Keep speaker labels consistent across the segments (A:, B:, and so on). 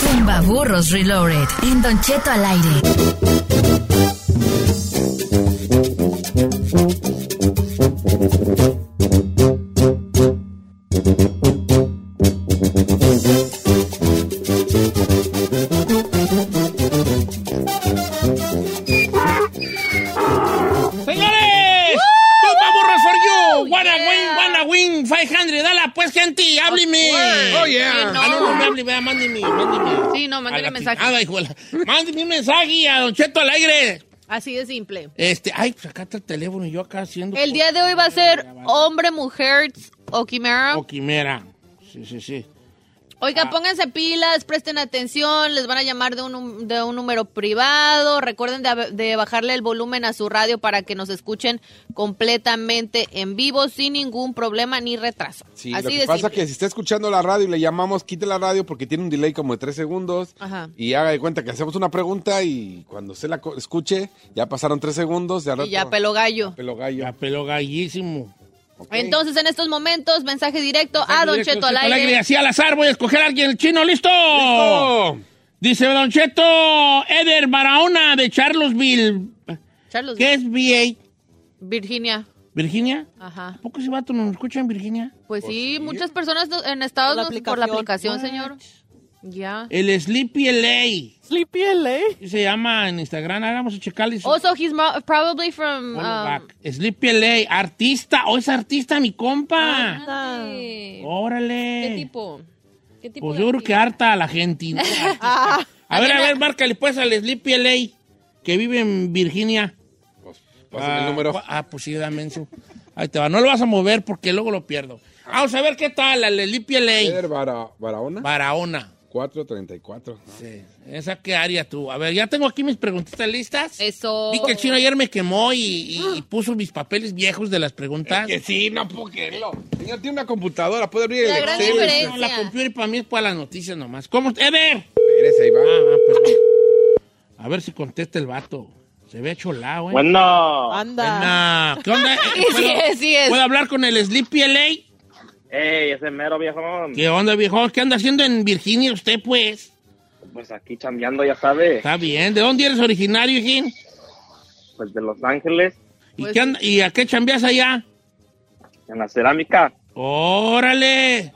A: Tumba Burros Reloaded en Don Cheto al aire.
B: ¡Señores! ¡Tumba burros
C: Oh,
B: for you! ¡Wanna win, wanna win! 500, dala pues, gente, hábleme.
D: Oh,
B: Ah,
D: yeah.
B: no, no me hable, vea, mándeme, mándeme.
C: Sí, no, mándele
B: A la
C: mensaje.
B: chingada, hijo de la- Mándeme un mensaje a Don Cheto al aire.
C: Así de simple.
B: Este, ay, pues acá está el teléfono y yo acá haciendo.
C: El día de hoy va a ser hombre, mujer o quimera.
B: O quimera. Sí, sí, sí.
C: Oiga, pónganse pilas, presten atención, les van a llamar de un, num- de un número privado. Recuerden de, ab- de bajarle el volumen a su radio para que nos escuchen completamente en vivo, sin ningún problema ni retraso.
D: Sí,
C: Así
D: lo que
C: de
D: pasa es
C: simple.
D: que si está escuchando la radio y le llamamos, quite la radio porque tiene un delay como de tres segundos.
C: Ajá.
D: Y haga de cuenta que hacemos una pregunta y cuando se la co- escuche, ya pasaron tres segundos. Ya
C: Y ya pelo gallo.
D: Pelo gallo.
B: Ya peló gallísimo.
D: ok.
C: Entonces, en estos momentos, mensaje directo a Don
B: Directo,
C: Cheto al
B: Cheto
C: aire.
B: Así al azar voy a escoger a alguien. ¿El chino listo?
D: ¡Oh!
B: Dice Don Cheto Eder Barahona de Charlesville.
C: Charlos,
B: ¿Qué es VA?
C: Virginia.
B: ¿Virginia?
C: Ajá.
B: ¿A poco ese vato nos escucha en Virginia?
C: Ah. Pues sí, muchas personas no- en Estados
E: Por la
C: Unidos por la aplicación,
E: aplicación.
C: señor. Ya.
B: El Sleepy LA.
E: Sleepy LA.
B: Se llama en Instagram. Ahora vamos a checarle. su-
C: Also, Oh, he's mo- probably from.
B: Follow
C: um,
F: ah.
B: back. Sleepy LA. Artista. ¿O es artista mi
F: Ah,
B: compa?
F: ¿Qué
B: Órale.
F: tipo? ¿Qué tipo
B: Pues
F: de Ah.
B: yo creo que harta a la gente. ¿no? a ver, a ver, márcale pues al Sleepy LA que vive en Virginia.
D: Pues, pásame el número.
B: cua- Ah, pues sí, dame eso. Ahí te va. No lo vas a mover porque luego lo pierdo. Vamos a ver qué tal al Sleepy LA.
D: Eder Bara- Barahona,
B: Barahona.
D: 434.
B: Sí. ¿Esa qué área tú? A ver, ya tengo aquí mis preguntitas listas.
C: Eso.
B: Vi que el chino ayer me quemó y, y- y puso mis papeles viejos de las preguntas.
D: Ah. Que sí, no puedo creerlo. Señor, tiene una computadora, puede abrir
C: La
D: el
C: gran
D: Excel.
C: diferencia.
B: No, la computer para mí es para las noticias nomás. ¿Cómo? Eh, ¡Ever!
D: Espérese, ahí va.
B: Ah, ah, perdón. A ver si contesta el vato. Se ve cholado, ¿eh?
G: Bueno,
E: Anda.
B: Buena. ¿Qué onda? Eh,
C: Sí es, sí es.
B: ¿Puedo hablar con el Sleepy LA?
G: ey, ese mero viejón.
B: ¿Qué onda, viejo? ¿Qué anda haciendo en Virginia usted, pues?
G: Pues aquí chambeando, ya sabe,
B: Está bien. ¿De dónde eres originario, Jim?
G: pues de Los Ángeles,
B: ¿Y,
C: Pues
B: qué anda- ¿Y a qué chambeas allá?
G: en la cerámica.
B: ¡Órale!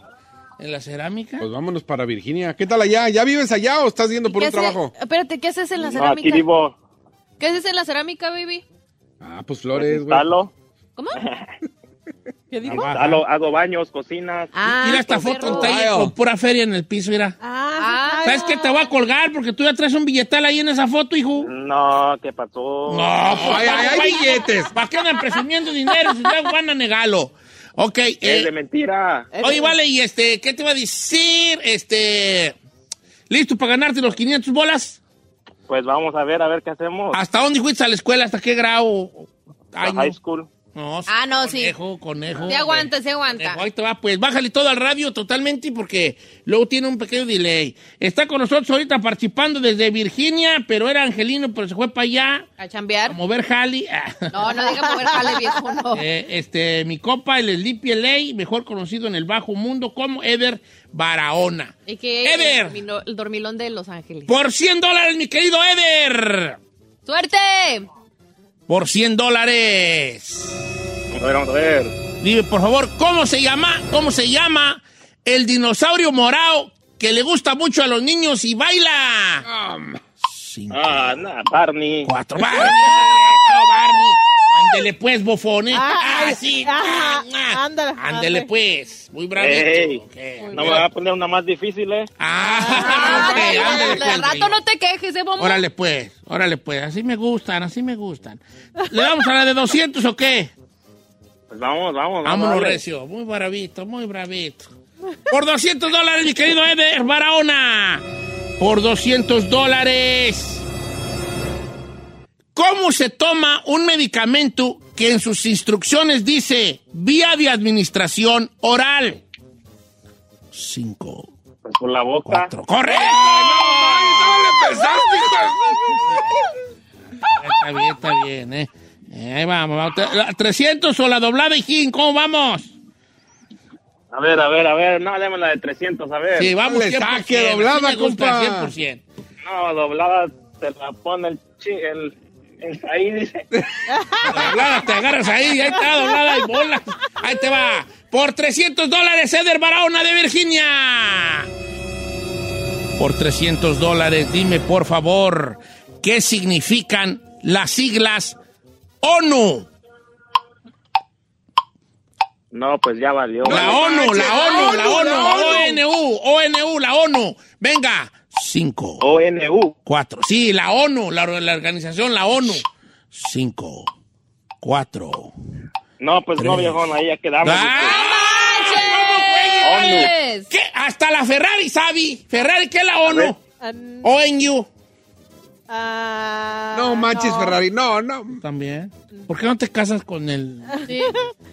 B: ¿En la cerámica?
D: Pues vámonos para Virginia. ¿Qué tal allá? ¿Ya vives allá o estás yendo por
C: ¿Qué
D: un
C: hace-
D: trabajo?
C: Espérate, ¿qué haces en la
G: No, Ah, aquí
C: cerámica?
G: vivo,
C: ¿Qué haces en la cerámica, baby?
D: Ah, pues
G: pues,
D: flores, güey.
G: instalo,
C: ¿Cómo?
E: ¿Qué dijo?
B: Trabaja.
G: instalo, hago baños, cocinas.
C: Ah.
B: Mira esta
C: qué
B: foto
C: perro.
B: está ahí
G: oh.
B: con pura feria en el piso, mira.
E: Ah,
B: ¿Sabes qué? Te voy a colgar porque tú ya traes un billetal ahí en esa foto, hijo.
G: No, ¿qué pasó?
B: No, pues,
D: ay, ay, hay billetes.
B: ¿Para qué andan presumiendo dinero si luego van a negarlo? Ok,
G: Es
B: eh,
G: de mentira.
E: es-
B: Oye, vale, y este, ¿qué te va a decir? Este, ¿listo para ganarte los 500 bolas?
G: Pues vamos a ver, a ver qué hacemos.
B: ¿Hasta dónde fuiste a la escuela? ¿Hasta qué grado?
G: La
B: Año.
G: high school.
B: No, sí,
C: Ah, no, sí.
B: conejo, Conejo,
C: Se aguanta, se
B: conejo.
C: aguanta.
B: Ahí te va, pues bájale todo al radio totalmente porque luego tiene un pequeño delay. Está con nosotros ahorita participando desde Virginia, pero era angelino, pero se fue para allá
C: ¿A
B: a
C: chambear?
B: mover jali.
C: No, no diga mover jale, viejo, no.
B: Eh, este, mi copa, el Sleepy LA, mejor conocido en el bajo mundo como Eder Barahona.
C: Y que
B: Ever.
C: mi no- el dormilón de Los Ángeles.
B: Por 100 dólares, mi querido Eder.
C: ¡Suerte!
B: Por 100 dólares.
G: Vamos a ver, vamos a ver.
B: Dime, por favor, ¿cómo se llama? ¿Cómo se llama El dinosaurio morado que le gusta mucho a los niños y baila. Cinco,
G: Ah, nada, Barney.
B: cuatro. Barney, Ah, eso, Barney. Ándele pues, bofón. ¿eh?
E: Ah,
B: Ah,
E: ay,
B: sí.
E: ajá,
B: Ah,
E: ándale,
B: Ándele
E: ándale.
B: pues. Muy bravo.
G: Ey, No me va a poner una más difícil, ¿eh?
B: Ah, ok, ándale,
F: de
B: pues,
F: rato
B: güey.
F: no te quejes, ¿eh, bombo?
B: Órale pues, órale pues, así me gustan, así me gustan. ¿Le vamos a la de 200 o qué?
G: Pues vamos, vamos, vamos.
B: Vámonos,
G: dale.
B: Recio, muy bravito, muy bravito. Por 200 dólares, mi querido Eder Barahona. Por 200 dólares. ¿Cómo se toma un medicamento que en sus instrucciones dice vía de administración oral? 5,
G: Pues por la boca.
B: 4, correcto.
D: le pensaste,
B: Está bien, está bien, eh. Eh, Ahí vamos, vamos. Tre- la- 300 o la doblada, hijín, ¿cómo vamos?
G: A ver, a ver, a ver. No, déme la de 300, a ver.
B: Sí, vamos,
D: le
B: 100%.
D: saque
B: así me
D: doblada,
B: gusta,
D: compa.
B: 100%.
G: No, doblada te la pone el... chi- el, el ahí dice.
B: Doblada, te agarras ahí, ahí está, doblada y bola. Ahí te va. Por 300 dólares, Eder Barahona de Virginia. Por 300 dólares, dime por favor, ¿qué significan las siglas ONU?
G: No, pues ya valió.
B: La ONU, la ONU, la ONU, ONU, ONU, la ONU. Venga, cinco.
G: ONU.
B: Cuatro. Sí, la ONU, la, la organización, la ONU. Cinco. Cuatro.
G: No, pues no,
B: Tres.
G: viejón, ahí ya quedamos.
B: ¡Ah! ¿Cómo juegue? ¿Qué? Hasta la Ferrari, Sabi. Ferrari, ¿qué es la
G: ver.
B: ONU?
E: An-
B: ONU.
E: ah,
D: No manches, Ferrari. No, no.
B: También. ¿Por qué no te casas con el...
F: Sí,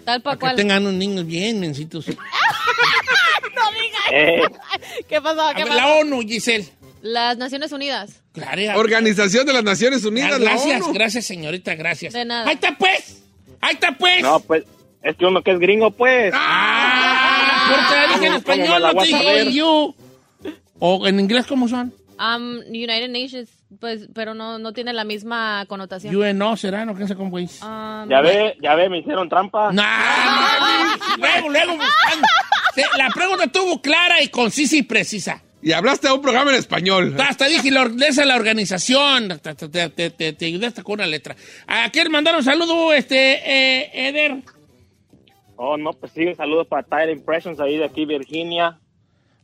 F: tal pa'
B: Que
F: cual.
B: tengan unos niños bien, mencitos.
G: Eh,
E: ¿Qué pasó?
B: A
E: ¿Qué
B: ver,
E: pasó?
B: la ONU, Giselle.
F: Las Naciones Unidas.
B: Claro, ya.
D: Organización de las Naciones Unidas, la
B: gracias,
D: ONU.
B: gracias, señorita, gracias.
F: De nada.
B: Ahí está, pues. Ahí está, pues.
G: no, pues es que uno que es gringo, pues.
B: Ah, porque la dije en
G: ¿Cómo- cómo me
B: español, no
G: la
B: te
G: vas a
B: dije
G: ver?
B: you. O en inglés, ¿cómo son?
F: Um, United Nations, pues, pero no, no tiene la misma connotación.
B: You and no, será, no, qué sé cómo es.
F: Um,
G: Ya ve, ya ve, me hicieron trampa.
B: No, no, luego, luego buscando. Se- La pregunta estuvo clara y concisa y precisa.
D: Y hablaste a un programa en español.
B: Hasta dije, la, or- esa es la organización. Te, te, te, te- te- te ayudé hasta con una letra. ¿A quién mandar un saludo, este, eh, Eder?
G: Oh, no, pues sí, saludos para Tire Impressions ahí de aquí, Virginia.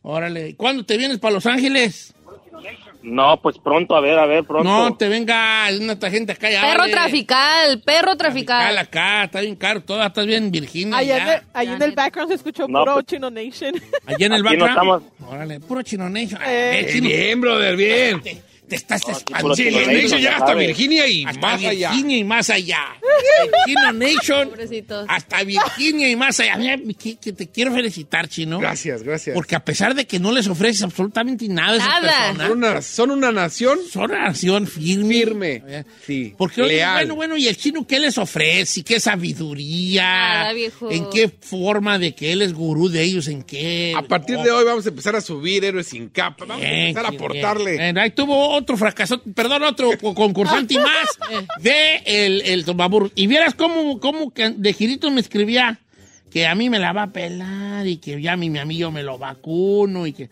B: Órale, ¿cuándo te vienes para Los Ángeles?
G: No, pues pronto, a ver, a ver, pronto.
B: No, te venga una gente acá ya.
F: Perro
B: vale.
F: trafical, perro
B: eh. Trafical
F: trafical.
B: acá, está bien caro, toda, estás bien Virginia.
E: Ah. Ahí en,
B: ya.
E: el, ahí en el background se escuchó
G: No,
E: puro
G: pues-
E: Chino Nation.
B: Allá en el
G: Aquí no
B: background.
G: estamos.
B: Órale, puro chino nation.
E: Eh.
B: Eh,
D: Eh,
B: chino,
D: bien, brother, bien.
B: te, te estás
G: puro
D: Sí,
G: Chino
D: de
B: expandiendo.
D: hecho
G: Nation,
D: ya
G: ya
D: hasta
G: sabe.
D: Virginia y
B: Hasta
D: más allá.
B: Virginia y más allá. El chino nation.
F: Pobrecitos.
B: Hasta Virginia y más allá. Mira, que, que te quiero felicitar, chino.
D: Gracias, gracias.
B: Porque a pesar de que no les ofreces absolutamente nada a esas
F: Nada.
B: personas,
D: Son una, son una nación
B: son una acción firme. Eh,
D: firme. Sí.
B: Porque oye,
D: leal.
B: bueno, bueno, ¿y el chino qué les ofrece? ¿Y ¿Qué sabiduría?
F: Nada, viejo.
B: ¿En qué forma de que él es gurú de ellos? ¿En qué?
D: A partir de hoy vamos a empezar a subir héroes sin capa. Vamos a
B: Bien,
D: empezar a
B: bien,
D: aportarle.
B: bien. Eh, ahí tuvo otro fracaso, perdón, otro co- concursante más de el, el Tomabur. Y vieras cómo, cómo que de girito me escribía que a mí me la va a pelar y que ya mi, mi amigo me lo vacuno y que...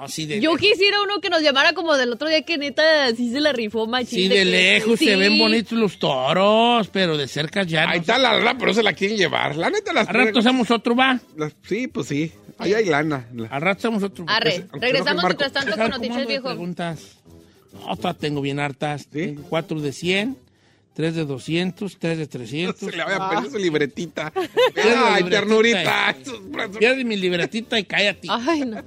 B: No, sí de,
F: Yo quisiera uno que nos llamara como del otro día que neta sí se la rifó machín.
B: sí de
F: que-
B: lejos se
F: sí.
B: ven bonitos los toros, pero de cerca ya no
D: Ahí está la lana, pero no se la quieren llevar. La neta, las,
B: Al rato hacemos otro, va.
D: las- Sí, pues sí. Ahí hay lana. La-
B: Al rato hacemos otro.
F: Arre,
D: Aunque no
F: regresamos
D: fue Marco.
F: mientras tanto con
B: ¿Sabes cómo
F: noticias,
B: ando de
F: viejo.
B: preguntas? No, todavía tengo bien hartas. Tengo cuatro de 100, tres de 200, tres de 300.
D: Se le vaya
F: Ah.
D: a perder su libretita.
B: la
D: Ay,
B: libretita.
D: ternurita.
B: Pierde mi libretita y cállate.
F: Ay, no.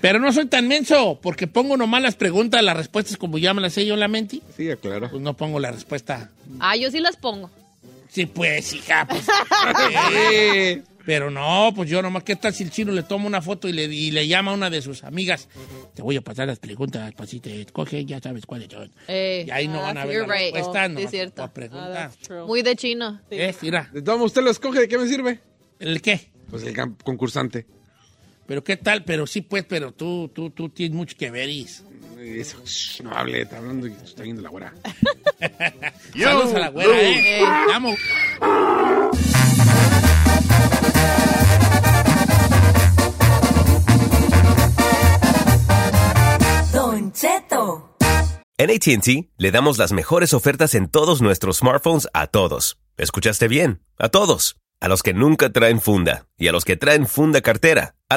B: Pero no soy tan menso, porque pongo nomás las preguntas, las respuestas como ya me las sé yo en la mente.
D: Sí, claro.
B: Pues no pongo la respuesta.
F: Ah, yo sí las pongo.
B: Sí, pues, hija, pues.
D: Eh,
B: Pero no, pues yo nomás, ¿qué tal si el chino le toma una foto y le, y le llama a una de sus amigas? Te voy a pasar las preguntas, pues si te coge, ya sabes cuáles son.
F: Eh,
B: Y ahí no
E: Ah,
B: van a
E: sí,
B: ver
F: you're
B: las
F: right.
B: respuestas,
F: Sí,
B: nomás
F: es cierto.
B: por preguntar.
F: muy de chino.
B: ¿Ves? Eh, Mira,
D: de todos modos, usted lo escoge, ¿de qué me sirve?
B: ¿el qué?
D: Pues el cam- concursante.
B: Pero qué tal, pero sí, pues, pero tú, tú, tú tienes mucho que ver. Is.
D: Mm, Eso, shh, no hable, está hablando y está viendo la hora.
B: Saludos a la güera, eh. Te amo.
A: Cheto.
H: En ATT le damos las mejores ofertas en todos nuestros smartphones a todos. ¿Escuchaste bien? A todos. A los que nunca traen funda y a los que traen funda cartera. A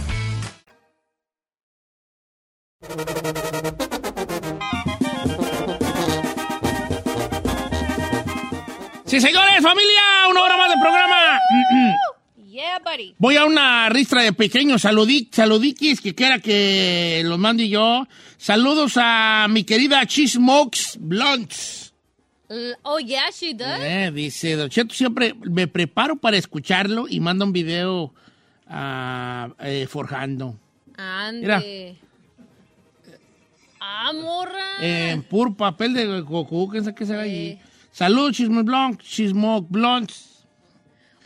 B: Sí, señores, familia, una hora más de programa.
F: Yeah, buddy.
B: Voy a una ristra de pequeños saludi- saludiquis que quiera que los mande yo. Saludos a mi querida Cheese Smokes Blunts.
F: L- Oh, yeah, she does.
B: Eh, dice, Don Cheto, siempre me preparo para escucharlo y manda un video ah, eh, forjando.
F: Ande.
B: Mira.
F: Ah, morra.
B: En pur papel de Goku, ¿quién sabe qué será allí?
F: Sí.
B: Saludos, Chisme Blanc, Chismoc Blondes.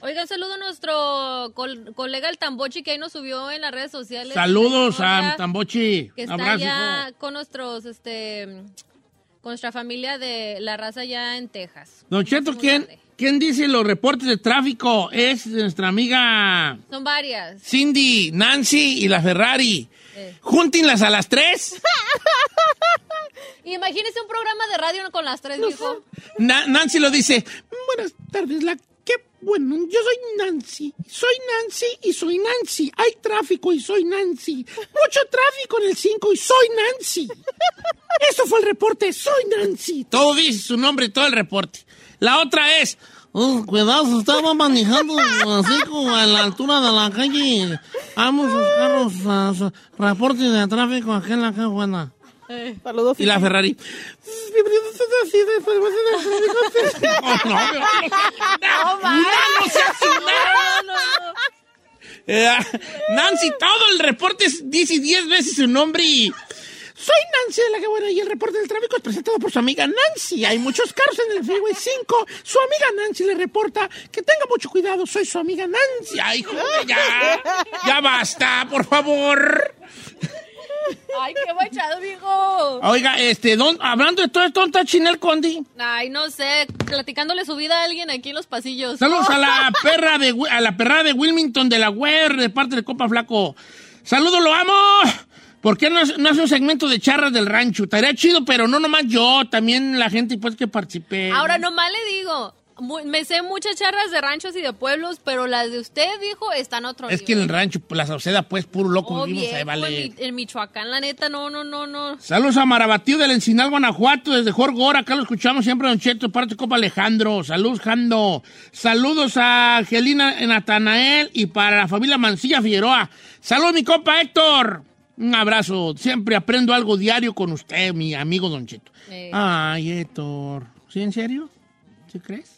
F: Oiga, un saludo a nuestro col- colega el Tambochi que ahí nos subió en las redes sociales.
B: Saludos a
F: Hola.
B: Tambochi.
F: que está
B: Abrazo.
F: ya
B: hijo.
F: con nuestros, este, con nuestra familia de la raza ya en Texas.
B: Don Cheto,
F: Muy
B: ¿quién,
F: grande.
B: ¿quién dice los reportes de tráfico? Es nuestra amiga
F: Son varias.
B: Cindy, Nancy y la Ferrari.
F: Eh.
B: Júntinlas a las tres.
F: Imagínese un programa de radio con las tres, viejo.
B: Na- Nancy lo dice. Buenas tardes, la qué bueno, yo soy Nancy, soy Nancy y soy Nancy. Hay tráfico y soy Nancy. Mucho tráfico en el 5 y soy Nancy. Eso fue el reporte, soy Nancy. Todo dice su nombre y todo el reporte. La otra es, "Oh, cuidado, se estaba manejando así como a la altura de la calle. Ambos los carros, ah, so- reporte de tráfico aquí en la calle Juana.
E: Saludos.
B: Y la Ferrari. Oh, no, no, no seas una.
F: No, no, no.
B: Eh, Nancy, todo el reporte es- dice 10 veces su nombre y... Soy Nancy de la que buena y el reporte del tráfico es presentado por su amiga Nancy. Hay muchos carros en el Freeway 5. Su amiga Nancy le reporta que tenga mucho cuidado. Soy su amiga Nancy. Ay, joder, ya. Ya basta, por favor.
F: Ay, qué manchado, viejo.
B: Oiga, este, don, hablando de todo esto, ¿dónde está Chinel Condi?
F: Ay, no sé, platicándole su vida a alguien aquí en los pasillos.
B: Saludos a la perra de Wi- a la perra de Wilmington de la web de parte de Copa Flaco. Saludos, lo amo. ¿Por qué no, hace- no hace un segmento de charras del rancho? Estaría chido, pero no nomás yo, también la gente pues que participé.
F: Ahora nomás le digo, mu- me sé muchas charlas de ranchos y de pueblos, pero las de usted, viejo, están otro
B: Es que en el rancho, pues, la sauceda, pues, puro loco
F: Oh,
B: vivimos ahí,
F: viejo,
B: vale.
F: en, Mi- en Michoacán, la neta, no, no, no, no.
B: Saludos a Marabatío del Encinal, Guanajuato, desde Jorgora, acá lo escuchamos siempre, Don Cheto, de parte de Copa Alejandro. Saludos, Jando. Saludos a Angelina eh, Natanael y para la familia Mancilla Figueroa. Saludos, mi compa Héctor. Un abrazo. Siempre aprendo algo diario con usted, mi amigo Don Cheto.
F: Eh.
B: Ay, Héctor. ¿Sí, en serio? ¿Sí crees?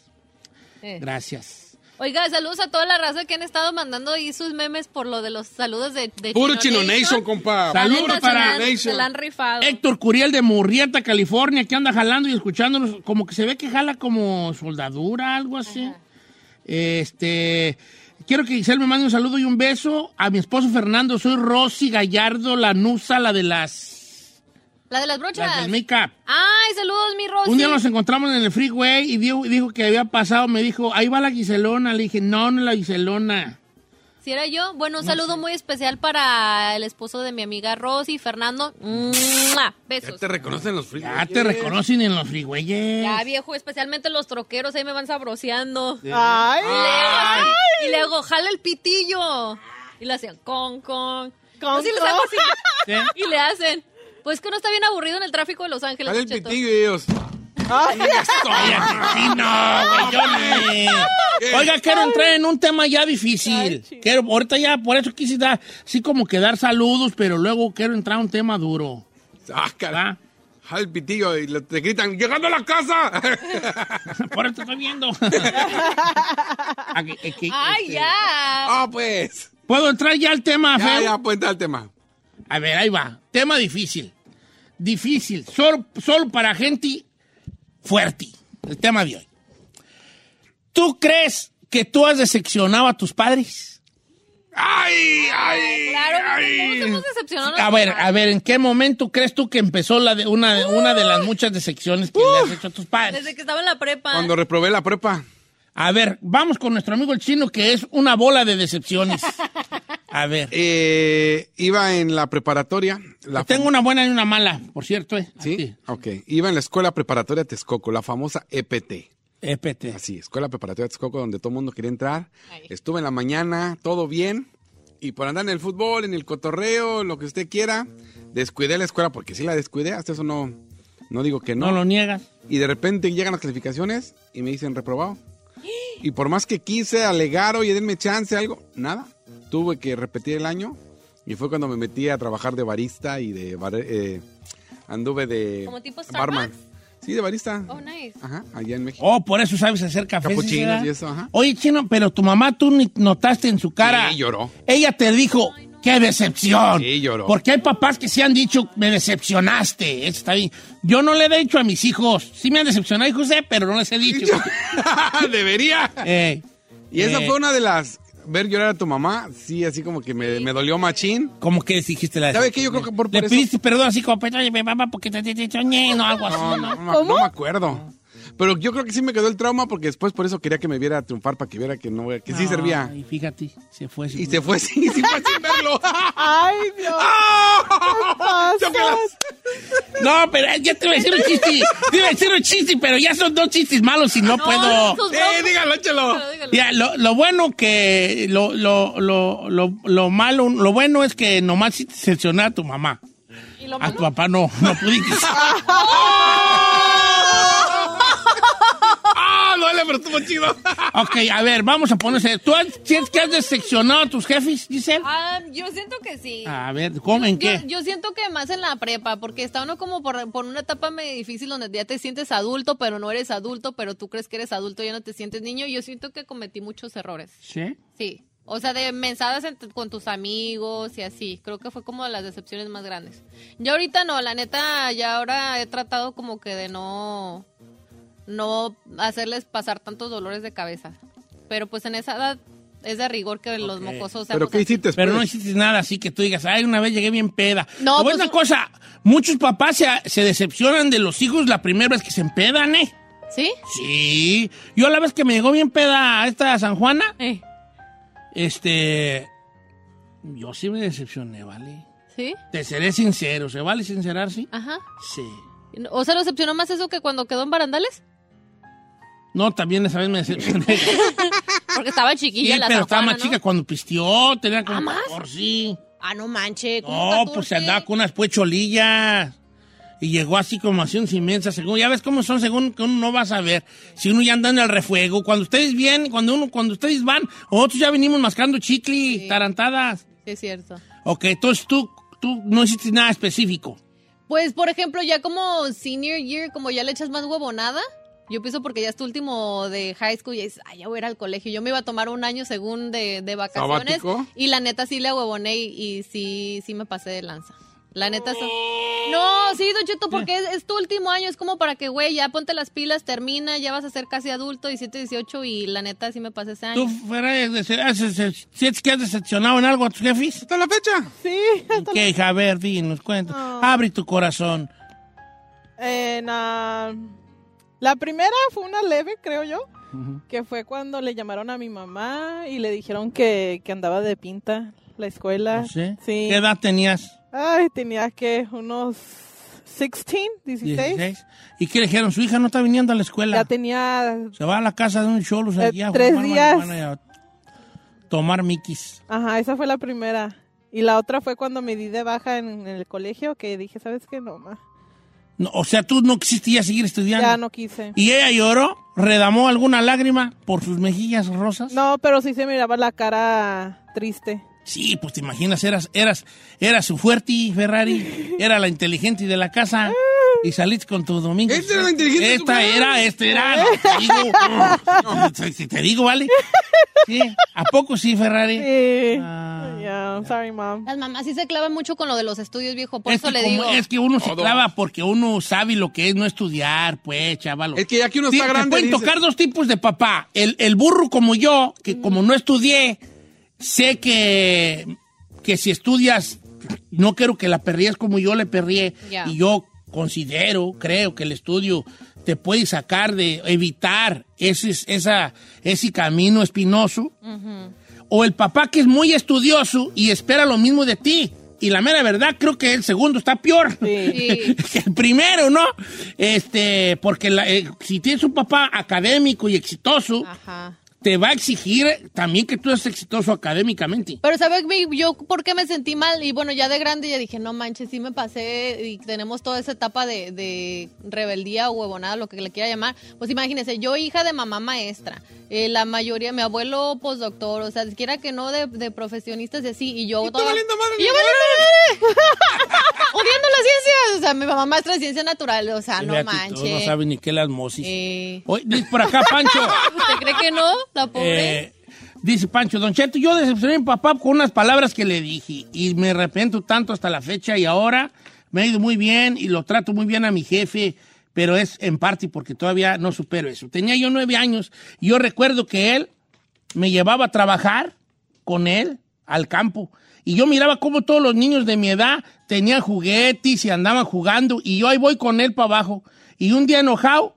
F: Eh.
B: Gracias.
F: Oiga, saludos a toda la raza que han estado mandando ahí sus memes por lo de los saludos de, de
D: Puro Chino Nation, compa.
F: La
B: Saludos
F: neta, se
B: para
F: la han-
D: Nation.
F: Se la han rifado.
B: Héctor Curiel de Murrieta, California, que anda jalando y escuchándonos, como que se ve que jala como soldadura, algo así. Este, quiero que Giselle me mande un saludo y un beso a mi esposo Fernando, soy Rosy Gallardo, la Nusa, la de las,
F: La de las brochas.
B: las del make-up.
F: Ay, saludos, mi Rosy.
B: Un día nos encontramos en el freeway y dijo, dijo que había pasado, me dijo, ahí va la Giselona, le dije, no, no es la Giselona.
F: Si era yo, bueno, un saludo muy especial para el esposo de mi amiga Rosy, Fernando. ¡Mua!
D: Ya
F: Besos.
D: te reconocen los fríos.
B: Ya te reconocen en los freewayes.
F: Ya, viejo, especialmente los troqueros, ahí me van sabroseando.
E: Ay.
F: Y luego, jala el pitillo. Y le hacían con, con.
E: Con,
F: Así les
E: con.
F: hago así.
B: ¿Sí?
F: Y le hacen. Pues que uno está bien aburrido en el tráfico de Los Ángeles.
D: Sale el
F: Don Cheto.
D: pitillo y ellos.
B: Estoy asesino, güey, yo
D: Eh.
B: ni- Oiga, quiero entrar en un tema ya difícil. Quiero, ahorita ya, por eso quise dar, así como que dar saludos, pero luego quiero entrar a un tema duro.
D: Ah, caray. Al pitillo y lo- te gritan, llegando a la casa.
B: Por eso estoy viendo.
F: ¡Ay, ya!
D: Ah, pues.
B: eh, ¿Puedo entrar ya al tema,
D: Ya,
B: feo?
D: ya, puede entrar al tema.
B: A ver, ahí va. Tema difícil. Difícil. Solo, solo para gente fuerte. El tema de hoy. ¿Tú crees que tú has decepcionado a tus padres?
D: ¡Ay, ay!
F: Claro, todos hemos decepcionado.
B: A ver, a ver, ¿en qué momento crees tú que empezó la de una, una de las muchas decepciones que le has hecho a tus padres?
F: Desde que estaba en la prepa.
D: Cuando reprobé la prepa.
B: A ver, vamos con nuestro amigo el chino que es una bola de decepciones. A ver.
D: Eh, iba en la preparatoria. La
B: Tengo una buena y una mala, por cierto. eh.
D: ¿Sí?
B: Aquí.
D: Ok. Iba en la escuela preparatoria Texcoco, la famosa EPT.
B: Espérate.
D: Así, escuela preparatoria Texcoco, donde todo el mundo quería entrar. Estuve en la mañana, todo bien. Y por andar en el fútbol, en el cotorreo, lo que usted quiera, descuidé la escuela, porque sí la descuidé, hasta eso no, no digo que
B: No lo niegas.
D: Y de repente llegan las calificaciones y me dicen reprobado. Y por más que quise alegar, oye, denme chance, algo, nada. Tuve que repetir el año y fue cuando me metí a trabajar de barista y de... bar- eh, anduve de...
F: ¿Como tipo Starbucks?
D: barman. Sí, de barista.
F: Oh, nice.
D: Ajá, allá en México.
B: Oh, por eso sabes hacer café.
D: Capuchinos y eso, ajá.
B: Oye, chino, pero tu mamá tú ni notaste en su cara.
D: Sí, lloró.
B: Ella te dijo, qué decepción.
D: Sí, lloró.
B: Porque hay papás que se han dicho, me decepcionaste. Eso está bien. Yo no le he dicho a mis hijos. Sí me han decepcionado, hijos, eh, pero no les he dicho.
D: Debería.
B: Ey,
D: Y esa
B: Eh.
D: fue una de las... Ver llorar a tu mamá, sí, así como que me, me dolió machín.
B: ¿Cómo que dijiste la
D: ¿Sabe qué? Yo creo que por, por
B: Le
D: eso...
B: pediste perdón así como, perdóname, mamá, porque te decepcioné, no, algo así.
D: No,
B: ¿no?
D: no, no me- no me acuerdo. Pero yo creo que sí me quedó el trauma porque después por eso quería que me viera triunfar para que viera que no que sí servía.
B: Y fíjate, se fue.
D: Y se fue sin, sí fue sin verlo.
E: Ay, Dios.
D: Chócalas.
B: No, pero ya te iba a decir un chiste. Te iba a decir un chiste, pero ya son dos chistes malos y no, puedo.
F: sus
D: ¡Eh,
F: bromas.
D: dígalo, échalo!
F: Pero dígalo.
B: Ya, lo, lo bueno que lo, lo, lo, lo, lo malo, lo bueno es que nomás sí te decepcionó a tu mamá. A tu papá no, no pudiste.
D: ¡Ah, duele, pero estuvo chido!
B: ok, a ver, vamos a ponerse. ¿Tú has- sientes que has decepcionado a tus jefes, Giselle?
F: Ah, yo siento que sí.
B: A ver, ¿cómo,
F: Yo,
B: en qué?
F: yo siento que más en la prepa, porque está uno como por, por una etapa medio difícil donde ya te sientes adulto, pero no eres adulto, pero tú crees que eres adulto y ya no te sientes niño. Yo siento que cometí muchos errores.
B: ¿Sí?
F: Sí. O sea, de mensadas ent- con tus amigos y así. Creo que fue como de las decepciones más grandes. Yo ahorita no, la neta, ya ahora he tratado como que de no. No hacerles pasar tantos dolores de cabeza. Pero pues en esa edad es de rigor que los mocosos sean
D: ¿Pero qué hiciste?
B: Pero no
D: pues?
B: hiciste nada así que tú digas, ay, una vez llegué bien peda.
F: No,
B: No,
F: pues,
B: una
F: un-
B: cosa, muchos papás se, se decepcionan de los hijos la primera vez que se empedan, ¿eh?
F: ¿Sí?
B: Sí. Yo la vez que me llegó bien peda a esta San Juana,
F: Eh,
B: este. Yo sí me decepcioné, ¿vale?
F: ¿Sí?
B: Te seré sincero, ¿se vale sincerar, sí?
F: Ajá.
B: Sí.
F: O sea, ¿lo decepcionó más eso que cuando quedó en barandales?
B: No, también esa vez me decepcioné.
F: Porque estaba
B: sí,
F: chiquilla la
B: pero
F: San
B: estaba
F: Juana,
B: más
F: ¿no?
B: chica cuando pistió, tenía
F: ¿Ah,
B: como
F: más?
B: 14. sí.
F: Ah, no manches. ¿cómo
B: No,
F: 14?
B: pues se andaba con unas puecholillas. Y llegó así como así unas inmensas, según, ya ves cómo son, según que uno no va a saber. Si uno ya anda en el refuego, cuando ustedes vienen, cuando uno, cuando ustedes van, nosotros ya venimos mascando chicle, tarantadas.
F: Sí, es cierto.
B: Ok, entonces tú, tú no hiciste nada específico.
F: Pues, por ejemplo, ya como senior year, como ya le echas más huevonada, yo pienso porque ya es tu último de high school y dices, ay, ya voy a ir al colegio. Yo me iba a tomar un año según de, de vacaciones.
D: ¿Sabático?
F: Y la neta sí le huevoné y, y sí, sí me pasé de lanza. La neta sí.
B: Oh.
F: No, sí, Don Cheto, porque es, es tu último año. Es como para que, güey, ya ponte las pilas, termina, ya vas a ser casi adulto, 17, 18, y la neta sí me pasé ese año.
B: ¿Tú fuera de- de- has- has- sientes que has decepcionado en algo a tus jefes?
D: ¿Hasta la fecha?
E: Sí.
B: ¿Qué, hija? A ver, dinos, cuenta. Abre tu corazón.
E: En, ah, la primera fue una leve, creo yo, que fue cuando le llamaron a mi mamá y le dijeron que, que andaba de pinta la escuela.
B: No sé.
E: Sí.
B: ¿Ah, ¿Qué edad tenías?
E: Ay, tenía que unos 16, 16.
B: 16. ¿Y qué le dijeron? Su hija no está viniendo a la escuela.
E: Ya tenía,
B: Se va a la casa de un cholos
E: Eh,
B: allá a
E: tres
B: fumar
E: días.
B: marihuana y a tomar miquis.
E: ajá, esa fue la primera. Y la otra fue cuando me di de baja en, en el colegio, que dije, ¿sabes qué? No, ma.
B: No, o sea, tú no quisiste ya seguir estudiando.
E: Ya no quise.
B: ¿Y ella lloró? ¿Redamó alguna lágrima por sus mejillas rosas?
E: No, pero sí se miraba la cara triste.
B: Sí, pues te imaginas, eras, eras, eras su fuerte Ferrari, era la inteligente de la casa y salís con tu domingo.
D: Esta era la inteligente de tu
B: Esta
D: casa.
B: era, esta era, no, te digo, no, si- si te digo, ¿vale? Sí, ¿a poco sí, Ferrari?
E: Sí.
B: Ah.
E: Yeah, sorry, mom.
F: Las mamás sí se clavan mucho con lo de los estudios, viejo. Por
B: es
F: eso
B: que
F: le
B: como-
F: digo.
B: es que uno se
D: Todo.
B: clava porque uno sabe lo que es no estudiar, pues, chaval.
D: Es que ya que uno
B: Sí,
D: está
B: te
D: grande,
B: pueden
D: dices-
B: tocar dos tipos de papá. El, el burro como yo,
F: Mm.
B: que como no estudié, sé que, que si estudias, no quiero que la perríes como yo le perríe.
F: Ya.
B: Y yo considero, creo que el estudio te puede sacar de evitar ese, esa, ese camino espinoso. O el papá que es muy estudioso y espera lo mismo de ti. Y la mera verdad, creo que el segundo está peor.
F: Sí.
B: que el primero, ¿no? Este, porque la- eh, si tienes un papá académico y exitoso,
F: Ah. Ajá.
B: te va a exigir también que tú seas exitoso académicamente.
F: Pero ¿sabes mi- yo por qué me sentí mal? Y bueno, ya de grande ya dije, no manches, sí me pasé y tenemos toda esa etapa de, de rebeldía o huevonada, lo que le quiera llamar. Pues imagínense, yo hija de mamá maestra, eh, la mayoría, mi abuelo postdoctor, o sea, siquiera que no de, de profesionistas y así, y yo...
D: tú
F: toda-
D: valiendo madre,
F: Y yo
D: mi
F: valiendo madre. Odiando la ciencia, o sea, mi mamá maestra de ciencia natural, o sea, no
B: Vea, tú- tú
F: manches.
B: No sabes ni qué es la osmosis.
F: Eh.
B: Oye, dice por acá, Pancho.
F: ¿Usted cree que no? La pobre.
B: Eh, dice Pancho, Don Cheto, yo decepcioné a mi papá con unas palabras que le dije y me arrepiento tanto hasta la fecha y ahora me ha ido muy bien y lo trato muy bien a mi jefe, pero es en parte porque todavía no supero eso. Tenía yo nueve años y yo recuerdo que él me llevaba a trabajar con él al campo. Y yo miraba cómo todos los niños de mi edad tenían juguetes y andaban jugando. Y yo ahí voy con él para abajo. Y un día enojado,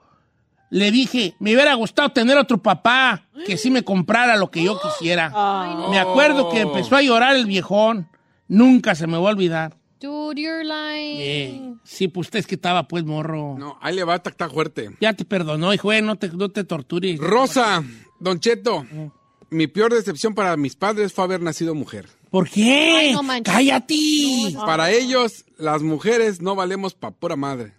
B: le dije, me hubiera gustado tener otro papá que sí me comprara lo que yo quisiera. Me acuerdo que empezó a llorar el viejón. Nunca se me va a olvidar.
F: Dude, you're lying.
B: Eh, sí, pues usted es que estaba pues morro.
D: No, ahí le va a tactar fuerte.
B: Ya te perdonó, hijo, eh, no te, no te Mm. tortures.
D: Rosa, Don Cheto, mi peor decepción para mis padres fue haber nacido mujer.
B: ¿Por qué?
F: Ay, no manches.
B: ¡Eh! ¡Cállate!
D: Para ellos, las mujeres no valemos pa' pura madre.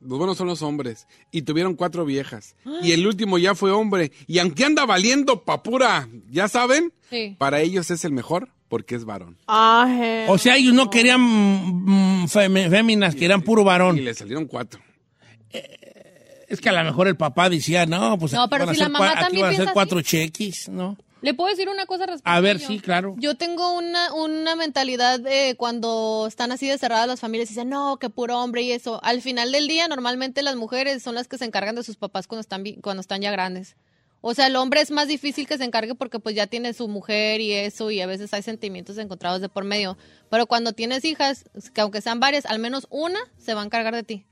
D: Los buenos son los hombres. Y tuvieron cuatro viejas. Y el último ya fue hombre. Y aunque anda valiendo pa' pura, ya saben,
F: Sí.
D: para ellos es el mejor porque es varón.
E: Ah, eh.
B: O sea, ellos no querían mm, mm, feme- féminas, querían puro
D: Y
B: varón. Eh,
D: le salieron cuatro.
B: Es que a lo mejor el papá decía, no, pues
F: No,
B: aquí
F: pero
B: van a
F: si la
B: ser
F: mamá
B: cua- aquí
F: también
B: van a ser
F: piensa
B: cuatro chequis, ¿no?
F: ¿Le puedo decir una cosa respecto
B: A ver,
F: ello?
B: sí, claro.
F: Yo tengo una, una mentalidad de cuando están así de cerradas las familias y dicen, no, que puro hombre y eso. Al final del día, normalmente las mujeres son las que se encargan de sus papás cuando están, vi- cuando están ya grandes. O sea, el hombre es más difícil que se encargue porque pues ya tiene su mujer y eso y a veces hay sentimientos encontrados de por medio. Pero cuando tienes hijas, que aunque sean varias, al menos una se va a encargar de ti.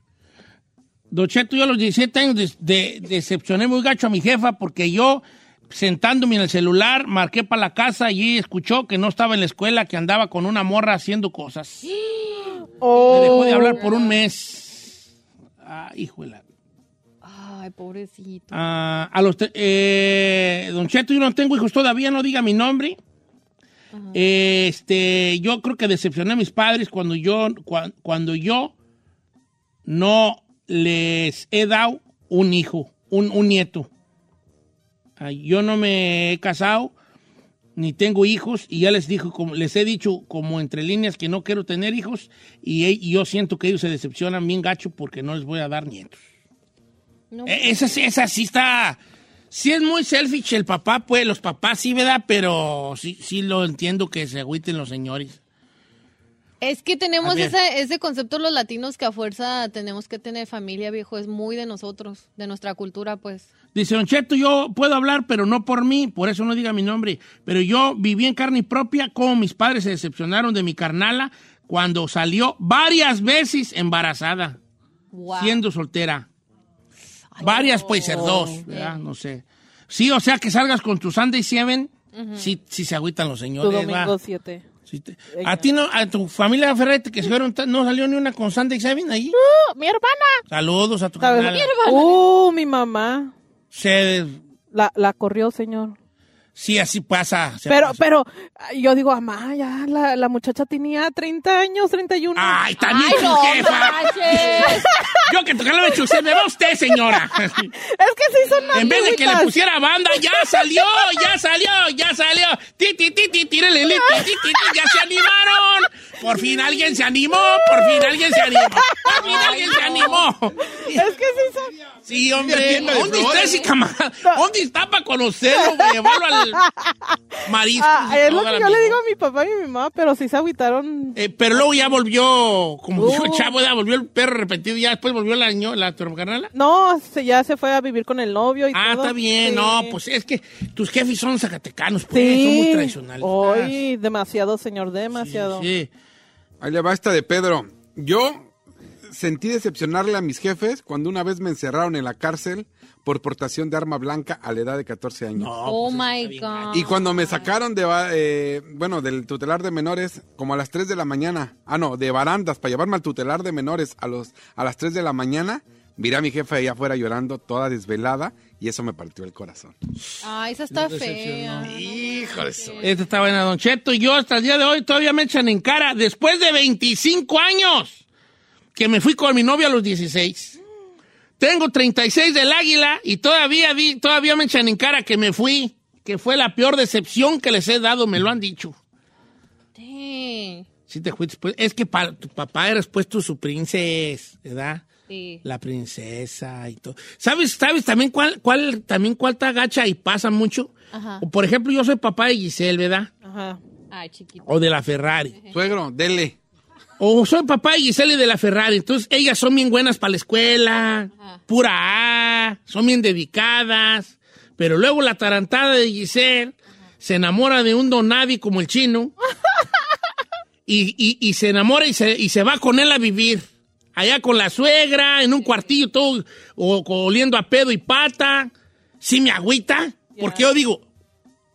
B: Don Cheto, yo a los 17 años des- de- decepcioné muy gacho a mi jefa porque yo, sentándome en el celular, marqué para la casa y escuchó que no estaba en la escuela, que andaba con una morra haciendo cosas. Me dejó de hablar por un mes. Ah, híjole.
F: Ay, pobrecito.
B: Ah, a los tre- eh, don Cheto, yo no tengo hijos todavía, no diga mi nombre. Este, yo creo que decepcioné a mis padres cuando yo, cua- cuando yo no les he dado un hijo, un, un nieto. Ah, yo no me he casado, ni tengo hijos, y ya les dijo, como, les he dicho como entre líneas que no quiero tener hijos, y, e- y yo siento que ellos se decepcionan bien gacho porque no les voy a dar nietos.
F: No.
B: Eh, Esa, sí- esa sí está. Sí es muy selfish el papá, pues los papás sí, ¿verdad? Pero sí, sí lo entiendo que se agüiten los señores.
F: Es que
B: A
F: tenemos
B: ver.
F: ese, ese concepto los latinos que a fuerza tenemos que tener familia, viejo. Es muy de nosotros, de nuestra cultura, pues.
B: Dice, Don Cheto, yo puedo hablar, pero no por mí, por eso no diga mi nombre. Pero yo viví en carne propia cómo mis padres se decepcionaron de mi carnala cuando salió varias veces embarazada,
F: Wow.
B: siendo soltera. varias, pues, ser dos, ¿verdad? No sé. Sí, o sea, que salgas con tu Sunday Seven, sí, sí se agüitan los
E: Tu
B: señores, ¿verdad?
E: domingo 7.
B: Sí te- Ah, a ti no, a tu familia Ferretti que se fueron, ta- no salió ni una con Sandy Seven ahí.
E: Mi hermana.
B: Saludos a tu
E: ¿Sabes?
B: canal.
E: Uh, mi mamá.
B: Se,
E: La, la corrió, señor.
B: Sí, así pasa. se
E: Pero,
B: pasa.
E: pero, ah, yo digo, mamá, ya la, la muchacha tenía 30 años, 31.
B: Ay, también tu jefa.
F: manches!
B: Yo que tocarlo me chusé, me va usted, señora.
E: Es que sí son
B: En vez de que le
E: amiguitas.
B: pusiera banda, ya salió, ya salió, ya salió. Ti, ti, ti, ti, tírele, li, ti, ti, ti, ti, ya se animaron. Por fin alguien se animó, por fin alguien se animó. Por fin alguien se animó.
E: Es que sí son...
B: Sí, hombre.
D: Tienda de
B: ¿Dónde está
D: flores.
B: ese camarada? ¿Dónde está para conocerlo, güey? Llevarlo al marisco.
E: Ah, es lo que yo le digo a mi papá y mi mamá, pero sí se agüitaron.
B: Eh, pero luego ya volvió, como dijo el
E: Uh.
B: chavo, ya volvió el perro repetido, ya después volvió la, ño- la tu hermana.
E: No, se, ya se fue a vivir con el novio y
B: Ah,
E: todo.
B: está bien,
E: Sí.
B: no, pues es que tus jefes son zacatecanos, pues,
E: Sí.
B: son muy tradicionales.
E: Hoy, demasiado, señor, demasiado.
B: Sí.
D: Ahí le va esta de Pedro. Yo sentí decepcionarle a mis jefes cuando una vez me encerraron en la cárcel por portación de arma blanca a la edad de 14 años.
B: No,
F: ¡Oh,
B: pues, está
F: my
B: bien gacho.
F: God!
D: Y cuando me sacaron de, ba- eh, bueno, del tutelar de menores, como a las 3 de la mañana, ah, no, de barandas, para llevarme al tutelar de menores a, los, a las 3 de la mañana, miré a mi jefa allá afuera llorando, toda desvelada, y eso me partió el corazón.
F: Ay, Ah, esa está
B: decepcionó.
F: fea.
D: Hijo de su...
B: Esta está buena, Don Cheto. Y yo hasta el día de hoy todavía me echan en cara, después de 25 años, que me fui con mi novia a los 16. Tengo 36 del águila y todavía, vi, todavía me echan en cara que me fui, que fue la peor decepción que les he dado, me lo han dicho.
F: Sí.
B: Sí te fuiste, pues. Es que para tu papá eres pues tú su princes, ¿verdad?
F: Sí.
B: La princesa y todo. ¿Sabes, sabes también cuál, cuál, también cuál te agacha y pasa mucho?
D: Ah.
F: Ajá.
B: O, por ejemplo, yo soy papá de Giselle, ¿verdad?
E: Ajá.
F: Ay, chiquito.
B: O de la Ferrari.
D: Suegro, dele.
B: O soy papá de Giselle y de la Ferrari. Entonces, ellas son bien buenas para la escuela,
F: Ajá.
B: pura A, son bien dedicadas. Pero luego la tarantada de Giselle se enamora de un donavi como el chino. y, y- y se enamora y se, y se va con él a vivir. Allá con la suegra, en un cuartillo todo o- oliendo a pedo y pata. Sí me agüita, porque yo digo,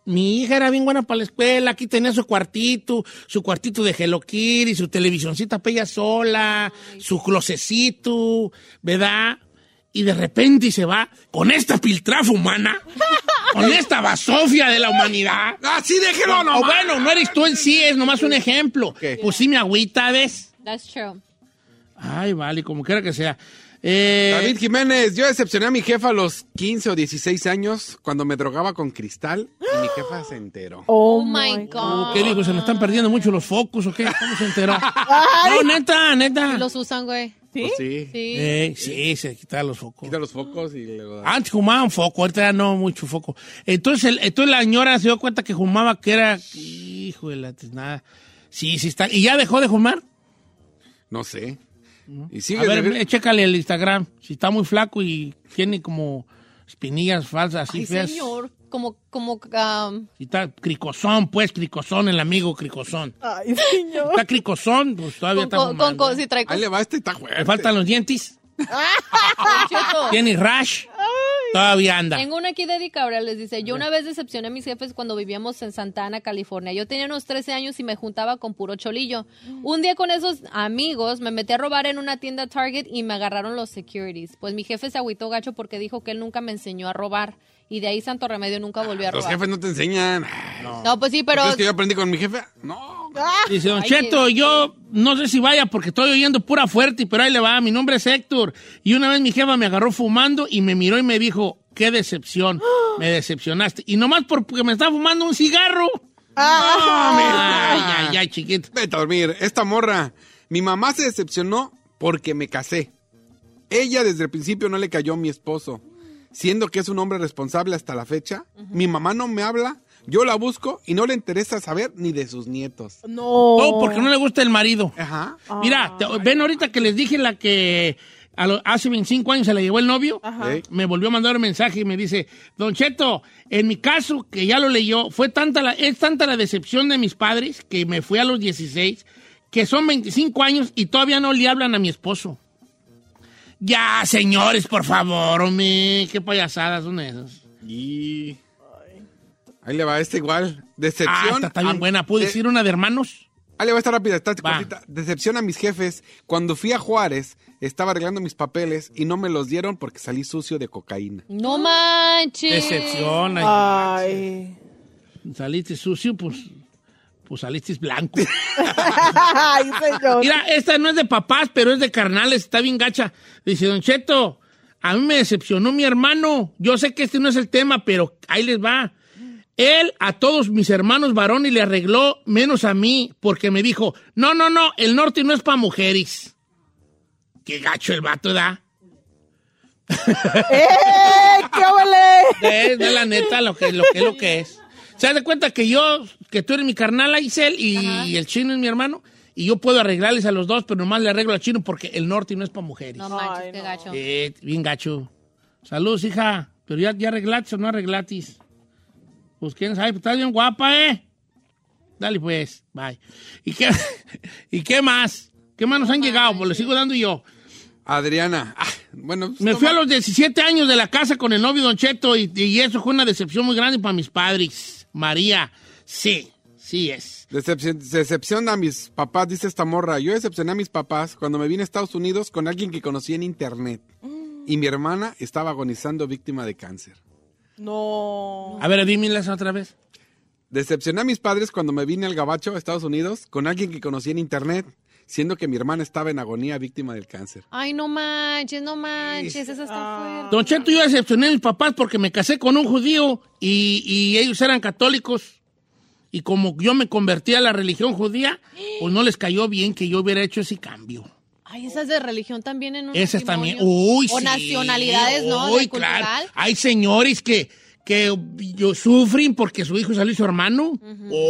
B: mi hija era bien buena para la escuela, aquí tenía su cuartito, su cuartito de Hello Kitty, su televisioncita para ella sola, su closecito, ¿verdad? Y de repente se va con esta piltrafa humana, con esta basofia de la humanidad.
D: ¡Así déjelo,
B: O
D: no!
B: bueno, no eres tú en sí, es nomás un ejemplo.
D: Ok.
B: Pues sí, mi agüita, ¿ves?
F: That's true.
B: Ay, vale, como quiera que sea. Eh,
D: David Jiménez, yo decepcioné a mi jefa a los 15 o 16 años cuando me drogaba con cristal y mi jefa se enteró.
E: Oh,
F: Oh, my God.
B: Uh, ¿Qué dijo? ¿Se me están perdiendo mucho los focos o qué? ¿Cómo se enteró? No, neta, neta.
F: Los usan, güey.
E: ¿Sí?
D: Pues sí.
F: Sí.
B: Eh, sí, se quitaron los focos.
D: Quita los focos y luego... da-
B: Antes fumaba un foco, ahorita ya no mucho foco. Entonces, el- entonces la señora se dio cuenta que fumaba, que era. Hijo de la nada. Sí, sí está. ¿Y ya dejó de fumar?
D: No sé. Y
B: A
D: sigue...
B: ver,
D: de-
B: eh, chécale el Instagram. Si está muy flaco y tiene como espinillas falsas, así
F: Ay,
B: feas.
F: señor. Como, como, um,
B: Si está cricosón, pues, cricosón, el amigo cricosón.
E: Ay, señor.
B: Está cricosón, pues todavía
F: con,
B: está
F: con, con,
B: fumando.
F: si trae
D: Ahí
F: con
D: le va este, está fuerte.
B: Le faltan los dientes. Tiene rash. Todavía anda.
F: Tengo una aquí de Eddie Cabral, les dice, yo una vez decepcioné a mis jefes cuando vivíamos en Santa Ana, California. Yo tenía unos 13 años y me juntaba con puro cholillo. Un día con esos amigos me metí a robar en una tienda Target y me agarraron los securities. Pues mi jefe se agüitó gacho porque dijo que él nunca me enseñó a robar y de ahí Santo Remedio
B: Ah,
F: nunca volvió a
D: Los
F: robar.
D: jefes no te enseñan. Ay,
F: No, pues sí, pero
D: ¿Crees que yo aprendí con mi jefe? No.
B: Dice, Don
F: Ay,
B: Cheto,
F: qué-
B: yo no sé si vaya porque estoy oyendo pura fuerte, pero ahí le va. Mi nombre es Héctor. Y una vez mi jefa me agarró fumando y me miró y me dijo, qué decepción, me decepcionaste. Y nomás por- porque me estaba fumando un cigarro.
E: Ah.
B: Ay, ay, ay, chiquito.
D: Vete a dormir. Esta morra. Mi mamá se decepcionó porque me casé. Ella desde el principio no le cayó a mi esposo. Siendo que es un hombre responsable hasta la fecha, mi mamá no me habla, yo la busco y no le interesa saber ni de sus nietos.
E: No.
B: Todo porque no le gusta el marido.
D: Ajá.
B: Mira, te- ven ahorita que les dije la que a lo- hace 25 años se la llevó el novio.
E: Ajá.
D: Ey.
B: me volvió a mandar un mensaje y me dice, Don Cheto, en mi caso, que ya lo leyó, fue tanta la, es tanta la decepción de mis padres que me fui a los 16, que son 25 años y todavía no le hablan a mi esposo. Ya, señores, por favor, hombre, Eh, qué payasadas son esas.
D: Y... Ahí le va este igual.
B: Ah,
D: Decepción.
B: esta está bien
D: a-
B: buena. ¿Puedo
D: de-
B: decir una de hermanos?
D: Ahí le va a estar rápida, está
B: Va.
D: cortita. Decepción a mis jefes. Cuando fui a Juárez, estaba arreglando mis papeles y no me los dieron porque salí sucio de cocaína.
F: no manches.
D: Ah.
B: Decepción. ay,
E: Ay.
B: Saliste sucio, pues, pues saliste blanco.
E: Ay, señor.
B: Mira, esta no es de papás, pero es de carnales, está bien gacha. Dice, Don Cheto, a mí me decepcionó mi hermano. Yo sé que este no es el tema, pero ahí les va. Él a todos mis hermanos varones le arregló, menos a mí, porque me dijo, no, no, no, el norte no es para mujeres. Qué gacho el vato da.
E: ¡Eh! ¡Qué ole!
B: Es de la neta lo que, lo que es lo que es. ¿Se da cuenta que yo, que tú eres mi carnal, Aisel, y, y el chino es mi hermano? Y yo puedo arreglarles a los dos, pero nomás le arreglo al chino porque el norte no es para mujeres.
F: No manches,
E: Ay,
F: qué
E: no.
F: gacho.
B: Eh, bien gacho. Saludos, hija. Pero ya, ya arreglatis o no arreglatis. Pues quién sabe, pues, estás bien guapa, ¿eh? Dale pues, bye. ¿Y qué, ¿y qué más? ¿Qué más nos han llegado? Pues le sigo dando yo.
D: Adriana. Ah, bueno, pues,
B: Me
D: toma-
B: fui a los 17 años de la casa con el novio Don Cheto y, y eso fue una decepción muy grande para mis padres. María, sí, sí es.
D: Decepcion- decepciona a mis papás, dice esta morra. Yo decepcioné a mis papás cuando me vine a Estados Unidos con alguien que conocí en internet. Y mi hermana estaba agonizando víctima de cáncer.
E: No.
B: A ver, dímelas otra vez.
D: Decepcioné a mis padres cuando me vine al gabacho a Estados Unidos con alguien que conocí en internet, siendo que mi hermana estaba en agonía víctima del cáncer.
F: Ay, no manches, no manches, esa está fuerte.
B: Don Cheto, yo decepcioné a mis papás porque me casé con un judío y, y ellos eran católicos. Y como yo me convertí a la religión judía, pues no les cayó bien que yo hubiera hecho ese cambio.
F: Ay, esas de religión también en un
B: Esas también.
F: Mm, matrimonio.
B: Uy,
F: O
B: sí.
F: nacionalidades, ¿no?
B: Uy,
F: De
B: claro.
F: cultural.
B: Hay señores que, que yo sufren porque su hijo salió su hermano.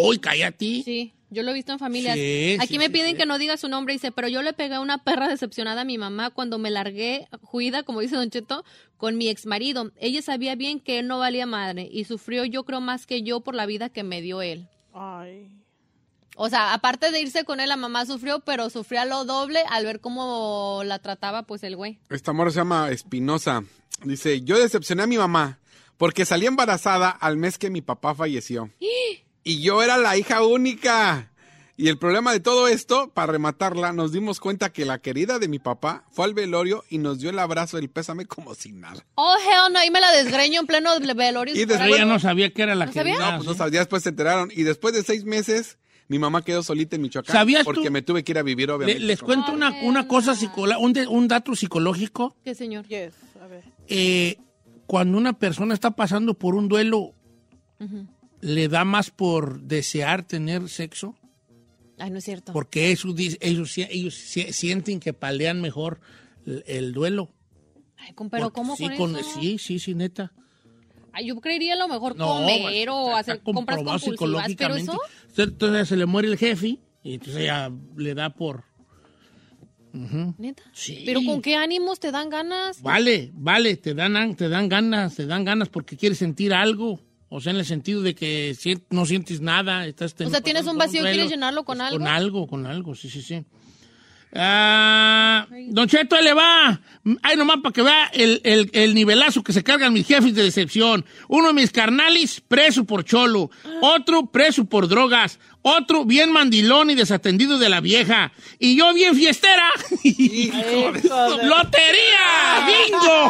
B: Uy, cállate.
F: Sí, yo lo he visto en familias.
B: Sí,
F: Aquí
B: sí,
F: me
B: sí,
F: piden
B: sí.
F: que no diga su nombre, dice, pero yo le pegué a una perra decepcionada a mi mamá cuando me largué, juida, como dice Don Cheto, con mi ex marido. Ella sabía bien que él no valía madre y sufrió yo creo más que yo por la vida que me dio él.
E: Ay.
F: O sea, aparte de irse con él, la mamá sufrió, pero sufrió a lo doble al ver cómo la trataba pues el güey.
D: Esta morra se llama Espinosa. Dice, yo decepcioné a mi mamá porque salí embarazada al mes que mi papá falleció. Y yo era la hija única. Y el problema de todo esto, para rematarla, nos dimos cuenta que la querida de mi papá fue al velorio y nos dio el abrazo del pésame como sin nada.
F: Oh, hell no, ahí me la desgreño en pleno velorio.
D: Y
B: Pero
D: después-
B: ella no sabía que era la
F: ¿No
B: que
F: sabía?
D: No, pues no sabía, después se enteraron. Y después de seis meses, mi mamá quedó solita en Michoacán.
B: ¿Sabías tú?
D: Porque me tuve que ir a vivir,
B: Le-
D: obviamente.
B: les
D: con-
B: cuento una, una cosa, psicola- un, de- un dato psicológico.
F: ¿Qué señor?
E: Yes. A ver.
B: eh, cuando una persona está pasando por un duelo, le da más por desear tener sexo,
F: Ay, no es cierto.
B: porque eso dice- ellos, si- ellos si- sienten que palean mejor el, el duelo.
F: Ay, con- pero
B: Porque
F: ¿cómo
B: sí,
F: con eso?
B: Sí, sí, sí, neta.
F: Ay, yo creería a lo mejor
B: No,
F: comer o
B: está-
F: hacer
B: está
F: compras
B: comprobado
F: compulsivas, pero eso...
B: Entonces, Entonces se le muere el jefe y entonces ya le da por...
F: ¿Neta?
B: Sí.
F: ¿Pero con qué ánimos te dan ganas?
B: Vale, vale, te dan, te dan ganas, te dan ganas porque quieres sentir algo. O sea, en el sentido de que sien- no sientes nada. Estás
F: O sea, tienes un vacío, ¿quieres llenarlo con algo?
B: Con algo, con algo, sí, sí, sí. Ah, don Cheto, ahí le va. Ay, nomás para que vea el, el- el nivelazo que se cargan mis jefes de decepción. Uno de mis carnalis, preso por cholo. Otro, preso por drogas. Otro, bien mandilón y desatendido de la vieja. Y yo, bien fiestera.
D: Hijo de-
B: ¡Lotería! ¡Bingo!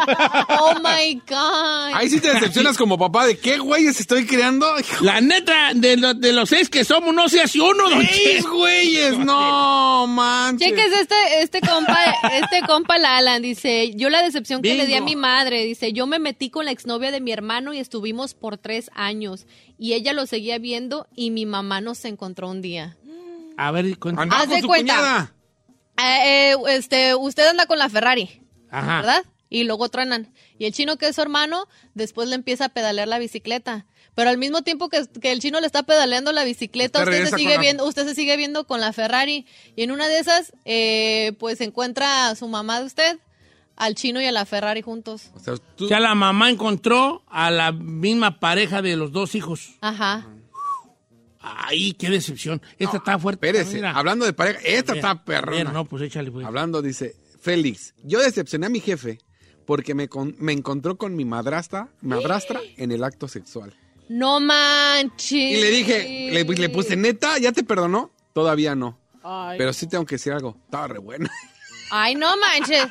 F: Oh my God.
D: Ahí sí te decepcionas como papá de qué güeyes estoy creando. Hijo,
B: La neta, de, lo- de los seis que somos, no se hace uno, don
D: ¡Seis
B: Cheto.
D: güeyes! ¡No, manches!
F: Cheques este, este compa, este compa la Alan, dice, yo la decepción que le di a
B: Bingo.
F: mi madre, dice, yo me metí con la exnovia de mi hermano y estuvimos por tres años y ella lo seguía viendo y mi mamá nos encontró un día.
B: A ver, cuéntame.
D: Andaba
F: Haz
D: con
F: de
D: su
F: cuenta.
D: cuñada.
F: Eh, eh, este, usted anda con la Ferrari.
B: Ajá.
F: ¿verdad? Y luego truenan. Y el chino, que es su hermano, después le empieza a pedalear la bicicleta. Pero al mismo tiempo que, que el chino le está pedaleando la bicicleta,
D: Usted
F: usted
D: regresa
F: se,
D: con
F: sigue
D: la-
F: viendo, usted se sigue viendo con la Ferrari. Y en una de esas, eh, pues encuentra a su mamá de usted, al chino y a la Ferrari juntos.
D: O sea, tú-
B: O sea, la mamá encontró a la misma pareja de los dos hijos.
F: Ajá.
B: Ay, qué decepción. Esta está fuerte.
D: Espérese,
B: Mira.
D: hablando de pareja, esta
B: Mira,
D: está
B: mira,
D: perrona.
B: No, pues échale, pues.
D: Hablando, dice, Félix, yo decepcioné a mi jefe porque me, con- me encontró con mi madrastra, madrastra en el acto sexual.
F: No manches.
D: Y le dije, le, le puse, neta, ¿ya te perdonó? Todavía no.
E: Ay.
D: Pero sí tengo que decir algo, estaba re buena.
F: Ay, no manches.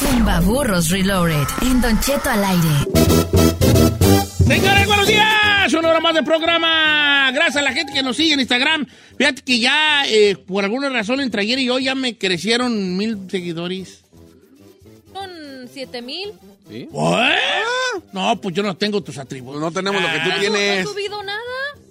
A: Tumba Burros Reloaded. En Don Cheto al aire.
B: Señores, buenos días. Una hora más de programa. Gracias a la gente que nos sigue en Instagram. Fíjate que ya, eh, por alguna razón, entre ayer y hoy ya me crecieron mil seguidores.
F: Son siete mil.
D: ¿Sí?
B: ¿What? No, pues yo no tengo tus atributos.
D: No tenemos lo que
B: Ah.
D: tú
F: No he
D: tienes.
F: subido nada.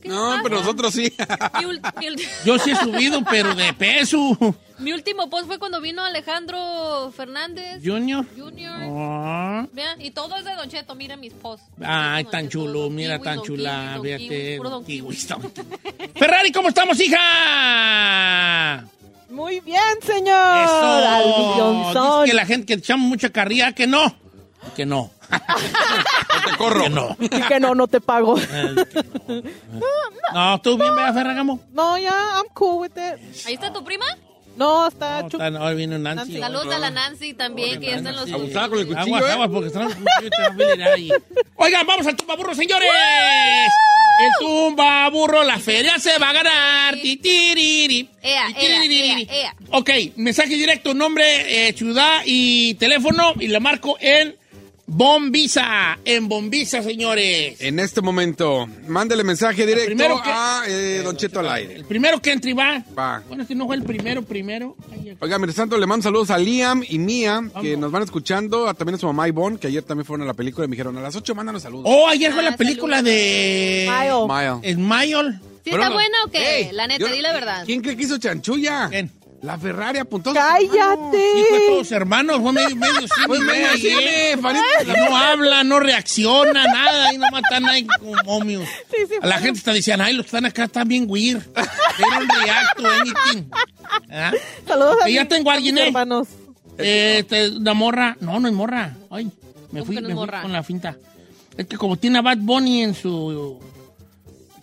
F: ¿Qué
D: No,
F: pasa?
D: pero nosotros sí.
F: Mi, ul- mi ul-
B: Yo sí he subido, pero de peso.
F: mi último post fue cuando vino Alejandro Fernández
B: Junior.
F: Junior.
B: Ah.
F: Vean, y todo es de Don Cheto, mira mis
B: Oh,
F: posts.
B: Ay,
F: Don
B: tan
F: Cheto,
B: chulo,
F: Don
B: mira
F: Kiwi,
B: tan
F: Don Kiwi,
B: chula,
F: Don
B: fíjate.
F: Kiwi, puro Don
B: kiwi,
F: Kiwi.
B: don kiwi. Ferrari, ¿cómo estamos, hija?
E: Muy bien, señor.
B: Eso. Dice
E: Alvionzón.
B: que la gente que echamos mucha carrilla, que no. Que no.
D: Te corro.
B: Que no.
E: Y que no, no te pago.
B: No, tú bien, vea, Ferragamo.
E: No, ya, I'm cool with it.
F: Ahí está tu prima.
E: No, está
B: Ah, No,
E: chu-
B: está- ahora viene Nancy.
F: Saludos a la Nancy
B: Oh,
F: también, que ya está en los.
D: Abusada con el cuchillo,
B: Aguas,
D: ¿eh?
B: aguas, porque están los cuchillos te van a venir ahí. Oigan, vamos al tumbaburro, señores. El tumbaburro, la feria se va a ganar. Ti, ti, ri, ri.
F: Ea,
B: Ti, ti, ri, ri,
F: ea,
B: ri.
F: ea, ea.
B: Ok, mensaje directo, nombre, eh, ciudad y teléfono. Y la marco en Bombiza. En Bombiza, señores.
D: En este momento, mándele mensaje directo
B: primero que-
D: a eh, Don Cheto al aire.
B: El primero que entre y va.
D: Va.
B: Bueno, si no fue el primero, primero. Ay, acá.
D: Oiga, mientras tanto, le mando saludos a Liam y Mia, que nos van escuchando, a también a su mamá Ivonne, que ayer también fueron a la película y me dijeron, a las 8 mándanos saludos.
B: Oh, ayer fue la película de...
E: Mayo.
D: Mile.
B: Smile.
F: ¿Sí
D: Pero
F: está
D: no-
F: buena o qué?
D: Ey,
F: la neta,
D: yo-
F: di la verdad.
D: ¿Quién cree que hizo chanchulla?
B: ¿Quién?
D: La Ferrari apuntó. a sus hermanos.
B: Sí, fue
E: ¡Cállate!
B: todos hermanos, fue medio, medio cine,
D: Pues medio
B: ahí,
D: cine,
B: ¿eh?
D: pariente.
B: No habla, no reacciona, nada, ahí nomás están ahí como momios.
E: Sí, sí,
B: A la
E: fue-
B: gente está diciendo, ay, los que están acá están bien weird. They don't react to anything. ¿Ah?
E: Saludos a
B: Que ya
E: mis-
B: tengo a alguien,
E: mis
B: ¿eh?
E: hermanos.
B: Eh, Este, la morra, no, no es morra. Ay, me
F: ¿Cómo
B: fui,
F: que no
B: me
F: es
B: fui
F: morra?
B: con la finta. Es que como tiene a Bad Bunny en su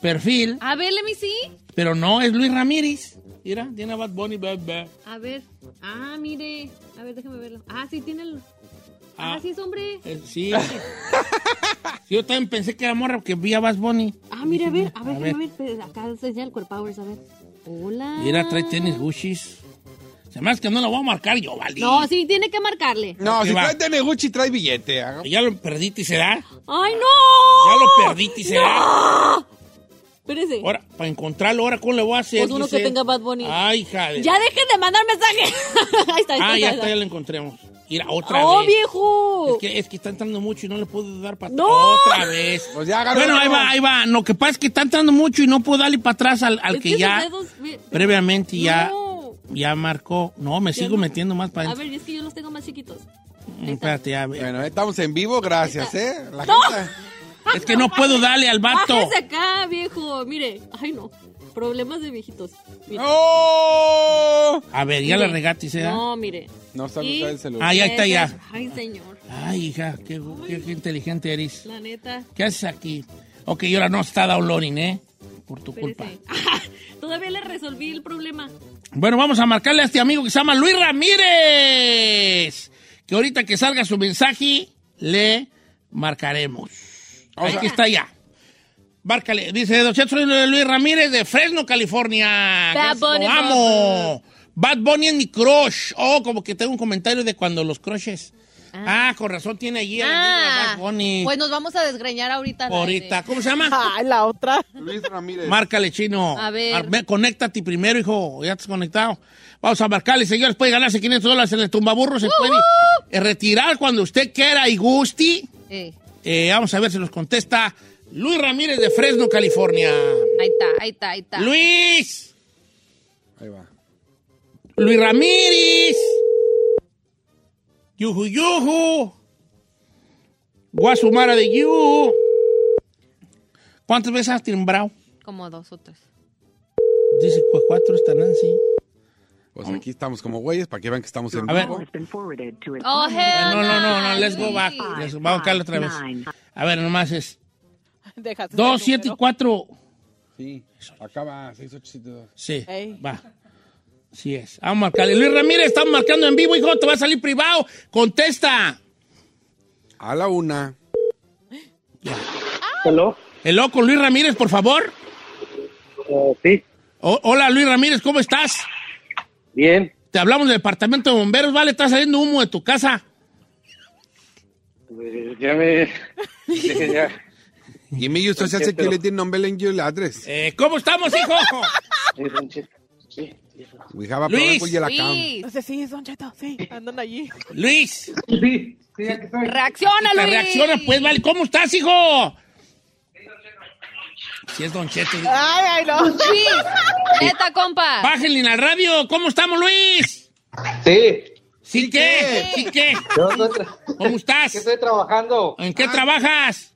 B: perfil,
F: A ver, Lemmy, sí.
B: pero no, es Luis Ramírez. Mira, tiene a Bad Bunny, bebé.
F: A ver. Ah, mire. A ver, déjame verlo. Ah, sí, tiene el.
B: Ah.
F: Ah, sí, es hombre.
B: Eh, sí. Sí, Yo también pensé que era morra porque vi a Bad Bunny. "Mm,
F: Ah, mire, a ver, a ver,
B: A
F: a
B: ver.
F: ver. pues, Acá se enseña el cuerpo Powers, a ver. Hola.
B: Mira, trae tenis Gucci's. Se me hace que no la voy a marcar yo, vale.
F: No, sí, tiene que marcarle.
D: No,
B: Aquí
D: si
B: va.
D: trae de Gucci, trae billete. ¿ah? haga-
B: Ya lo perdí y será.
F: ¡Ay, no!
B: Ya lo perdí y será.
C: Espérese.
B: Ahora, para encontrarlo, ahora, ¿cómo le voy a hacer?
C: Pues uno que
B: Giselle?
C: tenga Bad Bunny.
B: Ay, hija de-
C: Ya dejen de mandar mensaje. ahí está, ahí está.
B: Ah,
C: ahí
B: ya
C: está.
B: está, ya lo encontramos. Mira, otra
C: ¡Oh,
B: vez.
C: viejo!
B: Es que, es que está entrando mucho y no le puedo dar para
C: ¡No!
B: Otra vez.
D: Pues ya agarró.
B: Bueno, ahí va, ahí va. Lo que pasa es que está entrando mucho y no puedo darle para atrás al, al
C: Es
B: que,
C: sus
B: ya
C: dedos, mi-
B: previamente ya,
C: No.
B: ya marcó. No, me
C: Ya
B: sigo
C: no.
B: metiendo más para
C: A
B: adentro.
C: ver, es que yo los tengo más chiquitos.
B: Mm, Espérate, ya. ve.
D: Bueno, estamos en vivo, gracias, ¿eh? La
C: ¡No!
D: gente-
B: Es que no puedo darle al vato.
C: Bájese acá, viejo. Mire. Ay, no. Problemas de viejitos. Mire.
D: ¡No!
B: A ver, ya
C: Mire.
B: la regatis, ¿eh?
C: No, mire.
D: No sabe
C: Y-
D: usar el celular.
B: Ah, ya está, ya.
C: Ay, señor.
B: Ay, hija, qué, qué- qué inteligente eres.
C: La neta.
B: ¿Qué haces aquí? Ok, y ahora no está downloading, ¿eh? Por tu culpa.
C: Espérese. Todavía le resolví el problema.
B: Bueno, vamos a marcarle a este amigo que se llama Luis Ramírez. Que ahorita que salga su mensaje, le marcaremos. Aquí está ya. Márcale. Dice, Don Cheto, soy Luis Ramírez de Fresno, California.
C: Bad
B: Lo
C: Bunny,
B: amo. Bad Bunny es mi crush. Oh, como que tengo un comentario de cuando los crushes. Ah, con razón tiene allí a la
F: Ah,
B: misma Bad Bunny.
F: pues nos vamos a desgreñar ahorita. al
B: ahorita. ¿Cómo se llama?
E: Ay, la otra.
D: Luis Ramírez.
B: Márcale, chino.
F: A ver.
B: Arme- conéctate primero, hijo. Ya estás conectado. Vamos a marcarle, señores. Puede ganarse 500 dólares en el tumbaburro. Se puede
F: Uh-huh.
B: eh, retirar cuando usted quiera y gusti.
F: aire. Eh,
B: Eh, vamos a ver si nos contesta Luis Ramírez de Fresno, California.
F: ahí está, ahí está, ahí está.
B: Luis.
D: Ahí va.
B: Luis Ramírez. Yuju, yuju. Guasumara de Yu. ¿Cuántas veces has timbrado?
F: Como dos o tres.
B: Dice, pues cuatro está Nancy.
D: Pues aquí estamos como güeyes, para que vean que estamos en
B: A ver.
D: vivo.
F: Oh, hell
B: No, no, no, no,
F: nah,
B: let's go back.
F: sí.
B: Let's- vamos a caerle otra vez. A ver, nomás es
E: Dejaste
B: 2,
E: el
B: 7 y
E: número.
B: 4.
D: Sí, acaba 6872.
B: Sí,
E: Ey.
B: va. Sí es. Vamos a marcarle. Luis Ramírez, estamos marcando en vivo, hijo. Te va a salir privado. Contesta.
D: A la una.
G: ¿Hello?
B: El loco, Luis Ramírez, por favor.
G: Eh, sí,
B: O- hola, Luis Ramírez, ¿cómo estás?
G: bien.
B: Te hablamos del departamento de bomberos, ¿vale? Está saliendo humo de tu casa.
G: Eh, Ya me... dije ya.
D: Jimmy, usted se hace que le tiene nombre en el address.
B: Eh, ¿Cómo estamos, hijo?
G: Eh, don Cheto, sí.
D: We have a
B: Luis.
D: problem with your account.
F: Luis,
E: No sé, sí, Don Cheto, sí. Andan allí.
B: Luis,
F: reacciona,
B: te
F: Luis.
B: reacciona, pues, ¿vale? ¿Cómo estás, hijo? Si es Don Cheto.
E: Ay, ay, no.
F: Luis, neta, compa.
B: Bájenle al radio. ¿Cómo estamos, Luis?
G: Sí,
B: ¿Sí qué? ¿Sí qué?
G: yo estoy, tra-
B: ¿Cómo
G: que
B: estás?
G: estoy trabajando.
B: ¿En qué trabajas?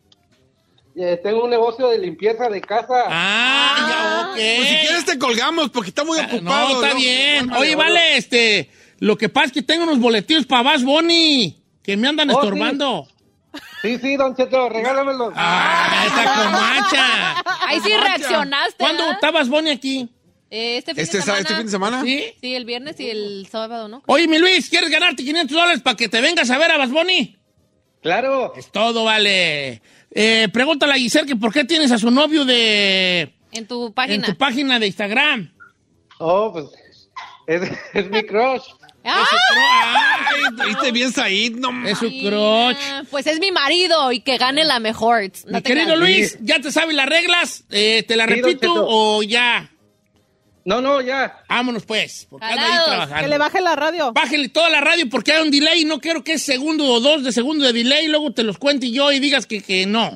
G: Eh, tengo un negocio de limpieza de casa.
B: Ah, ya, ok.
D: Pues si quieres te colgamos, porque está muy
B: Ah,
D: ocupado.
B: No, está bien.
D: Bueno,
B: Oye, vale, este. Lo que pasa es que tengo unos boletines para Bass Bunny que me andan
G: Oh, sí.
B: estorbando.
G: Sí, sí, don Cheto, regálamelo.
B: Ah, esta comacha.
F: Ahí sí reaccionaste.
B: ¿Cuándo
F: ¿verdad?
B: está Bass Bunny aquí?
F: Eh, este fin
D: Este,
F: de
D: sa-
F: semana.
D: este fin de semana.
B: ¿Sí?
F: Sí, el viernes y el sábado, ¿no?
B: Oye, mi Luis, ¿quieres ganarte 500 dólares para que te vengas a ver a Bass Bunny?
G: Claro,
B: Es todo, vale. Eh, pregúntale a Giselle que por qué tienes a su novio de...
F: En tu página.
B: En tu página de Instagram.
G: oh, pues es, es mi crush.
F: ¡Ah!
B: Ay,
D: Viste bien, Said, no mames.
B: Es su crotch.
F: Ah, Pues es mi marido y que gane la mejor. No te
B: Mi querido
F: creas.
B: Luis, ¿ya te sabes las reglas? Eh, ¿Te las
G: Sí, don
B: repito
G: Cheto.
B: o ya?
G: No, no, ya.
B: Vámonos pues, porque ando ahí
F: Jalados.
B: trabajando.
E: Que le baje la radio.
B: Bájale toda la radio porque hay un delay y no quiero que es segundo o dos de segundo de delay y luego te los cuente yo y digas que, que no.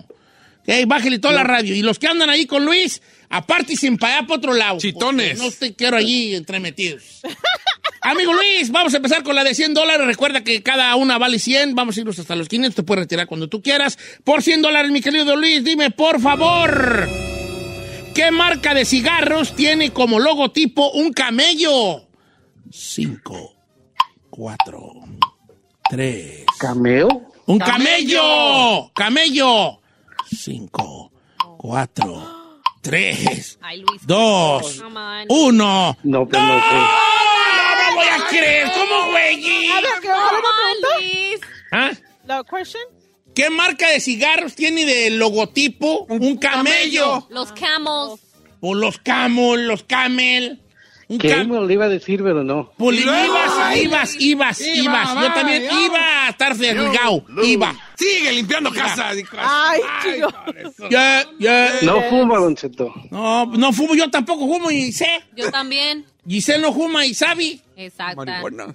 B: Ok, bájale toda la radio. Y los que andan ahí con Luis, aparte y sin pagar para otro lado.
D: Chitones.
B: porque No te quiero allí entremetidos. Amigo Luis, vamos a empezar con la de 100 dólares. Recuerda que cada una vale 100. Vamos a irnos hasta los 500. Te puedes retirar cuando tú quieras. Por 100 dólares, mi querido Luis, dime por favor. ¿Qué marca de cigarros tiene como logotipo un camello? 5, 4, 3.
G: ¿Cameo?
B: ¡Un camello! ¡Camello! 5, 4, 3,
F: Ay, Luis.
B: 2,
F: Come on.
B: 1.
G: No, pues no sé.
B: ¡No lo voy a creer! ¿Cómo, güey?
E: A ver, ¿qué va a hacer
F: Come
E: la
F: on,
E: pregunta?
F: Luis.
B: ¿Ah?
E: La question.
B: ¿Qué marca de cigarros tiene de logotipo un camello? Pues
F: Los camels.
B: O los camel, los camel.
I: Que Imo le iba a decir, pero no.
B: Poli- ibas, ibas, ibas,
I: Iba,
B: ibas. Yo
I: va,
B: también
I: yo.
B: iba a estar delgado. Iba.
D: Sigue limpiando casa.
E: Ay, chico.
B: Ya, ya.
I: No fuma, don Cheto.
B: No, no fumo, yo tampoco fumo y sé.
F: Yo también.
B: Giselle no fuma y sabe.
F: Exacto.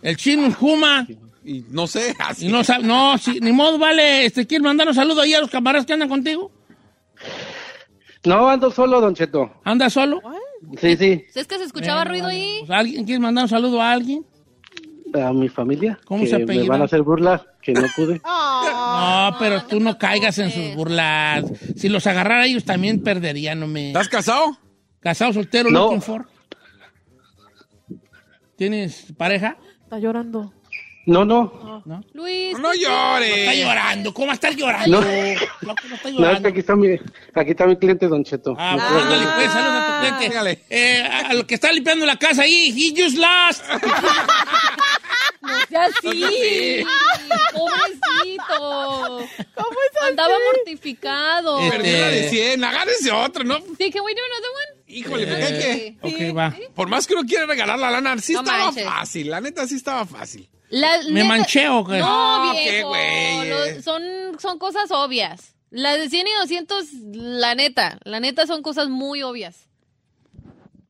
B: El chino fuma.
D: Y no sé. Así.
B: Y no sabe, no, sí, ni modo, vale. Este, ¿Quieres mandar un saludo ahí a los camaradas que andan contigo?
I: No, ando solo, don Cheto.
B: ¿Anda solo?
I: Sí, sí.
F: Si Es que se escuchaba ruido ahí.
B: Pues, ¿Alguien quieres mandar un saludo a alguien?
I: A mi familia.
B: ¿Cómo
I: que
B: se
I: Me
B: apellida?
I: van a hacer burlar, que no pude.
B: No, pero tú no caigas en sus burlas. Si los agarrara ellos también perderían, no me.
D: ¿Estás casado?
B: ¿Casado, soltero,
I: No.
B: looking for? ¿Tienes pareja?
E: Está llorando.
I: No, no.
F: Luis.
D: No
B: Está
D: llores.
B: llorando. ¿Cómo va a estar llorando?
I: No.
B: Claro que
I: No,
B: no está
I: es que
B: llorando.
I: aquí está mi, aquí está mi cliente, don Cheto.
B: Ah,
I: No
B: pues,
I: puedo-
B: ándale, pues, saludos a tu cliente.
D: Dígale.
B: Eh, a lo que está limpiando la casa ahí, he just lost.
F: Ya sí. Pobrecito.
E: ¿Cómo es así?
F: Andaba mortificado.
B: Este-
D: Perdí una de 100, agárrese otro, ¿no?
F: Sí, can we do another one?
D: Híjole, pues, ¿qué, qué?
B: Ok, va.
D: Por más que uno quiera regalar la lana, sí
F: No
D: estaba
F: manches.
D: fácil. La neta sí estaba fácil.
F: La
B: ¿Me
F: neta-
B: manché o qué?
F: No,
D: No, qué
F: viejo.
D: güeyes.
F: lo- son, son cosas obvias. Las de 100 y 200, la neta, la neta son cosas muy obvias.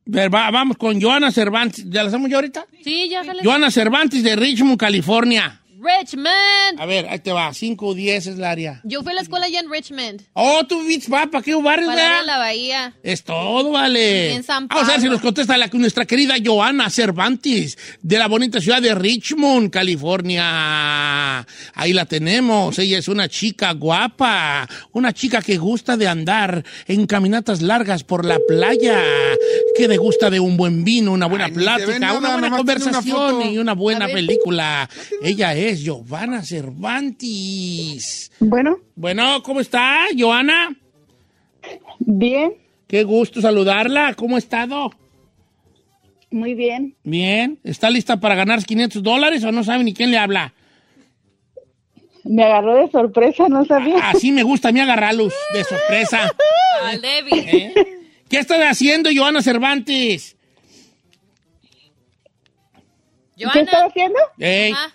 B: Ver, va- vamos con Joana Cervantes. ¿Ya la hacemos ya ahorita?
F: Sí, ya jale.
B: Joana Cervantes de Richmond, California.
F: Richmond.
B: A ver, ahí te va. 5 o 10 es la área.
F: Yo fui a la escuela allá en Richmond.
B: Oh, tú, bitch, va, ¿para qué barrio,
F: Parada
B: verdad?
F: en la bahía.
B: Es todo, vale.
F: Y en San
B: Vamos a ver
F: Pablo.
B: si nos contesta la, nuestra querida Joana Cervantes de la bonita ciudad de Richmond, California. Ahí la tenemos. Ella es una chica guapa, una chica que gusta de andar en caminatas largas por la playa, que degusta de un buen vino, una buena
D: Ay, ni te
B: plática,
D: ve nada,
B: una buena
D: nomás tiene una
B: conversación
D: foto.
B: y una buena
F: A ver.
B: película. Ella es Giovanna Cervantes.
J: Bueno,
B: Bueno, ¿cómo está, Joana?
J: bien,
B: Qué gusto saludarla. ¿Cómo ha estado?
J: muy bien.
B: Bien, ¿está lista para ganar 500 dólares o no sabe ni quién le habla?
J: Me agarró de sorpresa, no sabía.
B: Así Ah, me gusta, me agarra luz de sorpresa.
F: Al débil.
B: ¿eh? ¿Qué estás haciendo, Joana Cervantes?
J: ¿Qué estaba
F: Joana.
J: haciendo?
B: Ey,
F: Ajá.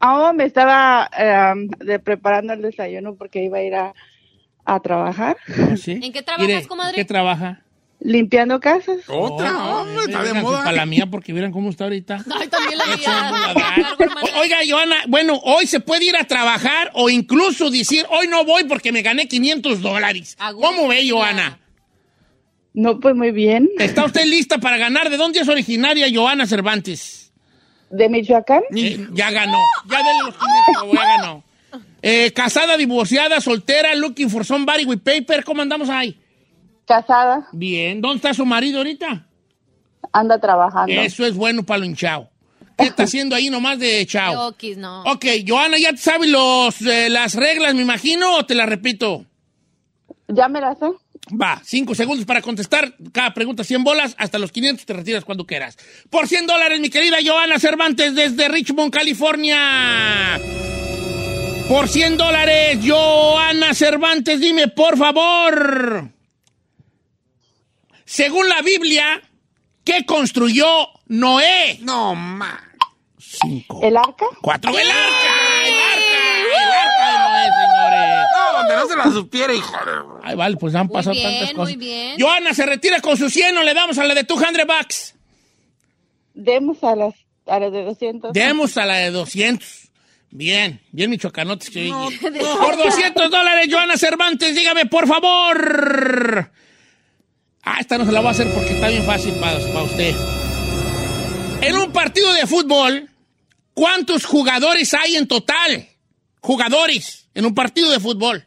J: Ah, me estaba eh, de- preparando el desayuno porque iba a ir a, a trabajar,
B: no sé.
F: ¿En qué trabajas,
B: Mire,
F: comadre?
B: ¿Qué trabaja?
J: limpiando casas.
D: Otra,
B: Oh,
D: hombre, está de
B: vengan
D: moda.
B: Para la mía, porque vieran cómo está ahorita.
F: Ay, también la vida.
B: O- Oiga, Joana, bueno, hoy se puede ir a trabajar o incluso decir, hoy no voy porque me gané 500 dólares.
F: A gusto.
B: ¿Cómo ve, Joana?
J: No, pues muy bien.
B: ¿Está usted lista para ganar? ¿De dónde es originaria Joana Cervantes?
J: ¿De Michoacán?
B: Eh, ya ganó. Ya denle los 500, ya ganó. Eh, casada, divorciada, soltera, looking for somebody with paper. ¿Cómo andamos ahí?
J: Casada,
B: Bien. ¿Dónde está su marido ahorita?
J: anda trabajando.
B: Eso es bueno para lo hinchado. ¿Qué está haciendo ahí nomás de chao?
F: Okis, no.
B: Ok, Joana, ¿ya te sabes los, eh, las reglas, me imagino, o te las repito?
J: ¿Ya me la sé?
B: Va, cinco segundos para contestar cada pregunta, 100 bolas, hasta los 500 te retiras cuando quieras. Por 100 dólares, mi querida Joana Cervantes desde Richmond, California. Por 100 dólares, Joana Cervantes, dime por favor. Según la Biblia, ¿qué construyó Noé?
D: No, man.
B: Cinco.
J: ¿El arca?
B: Cuatro. ¡El arca! ¡El arca! ¡El arca de Noé, señores!
D: No, donde no se la supiera, hijo de...
B: Ay, vale, pues han
F: Muy
B: pasado
F: bien,
B: tantas cosas.
F: muy bien.
B: Joana se retira con su 100 o le damos a la de 200 bucks.
J: Demos a las a las de 200.
B: Demos a la de 200. Bien, bien michoacanotes que Por 200 dólares, Joana Cervantes, dígame, por favor. Ah, esta no se la voy a hacer porque está bien fácil para, para usted. En un partido de fútbol, ¿cuántos jugadores hay en total? Jugadores en un partido de fútbol.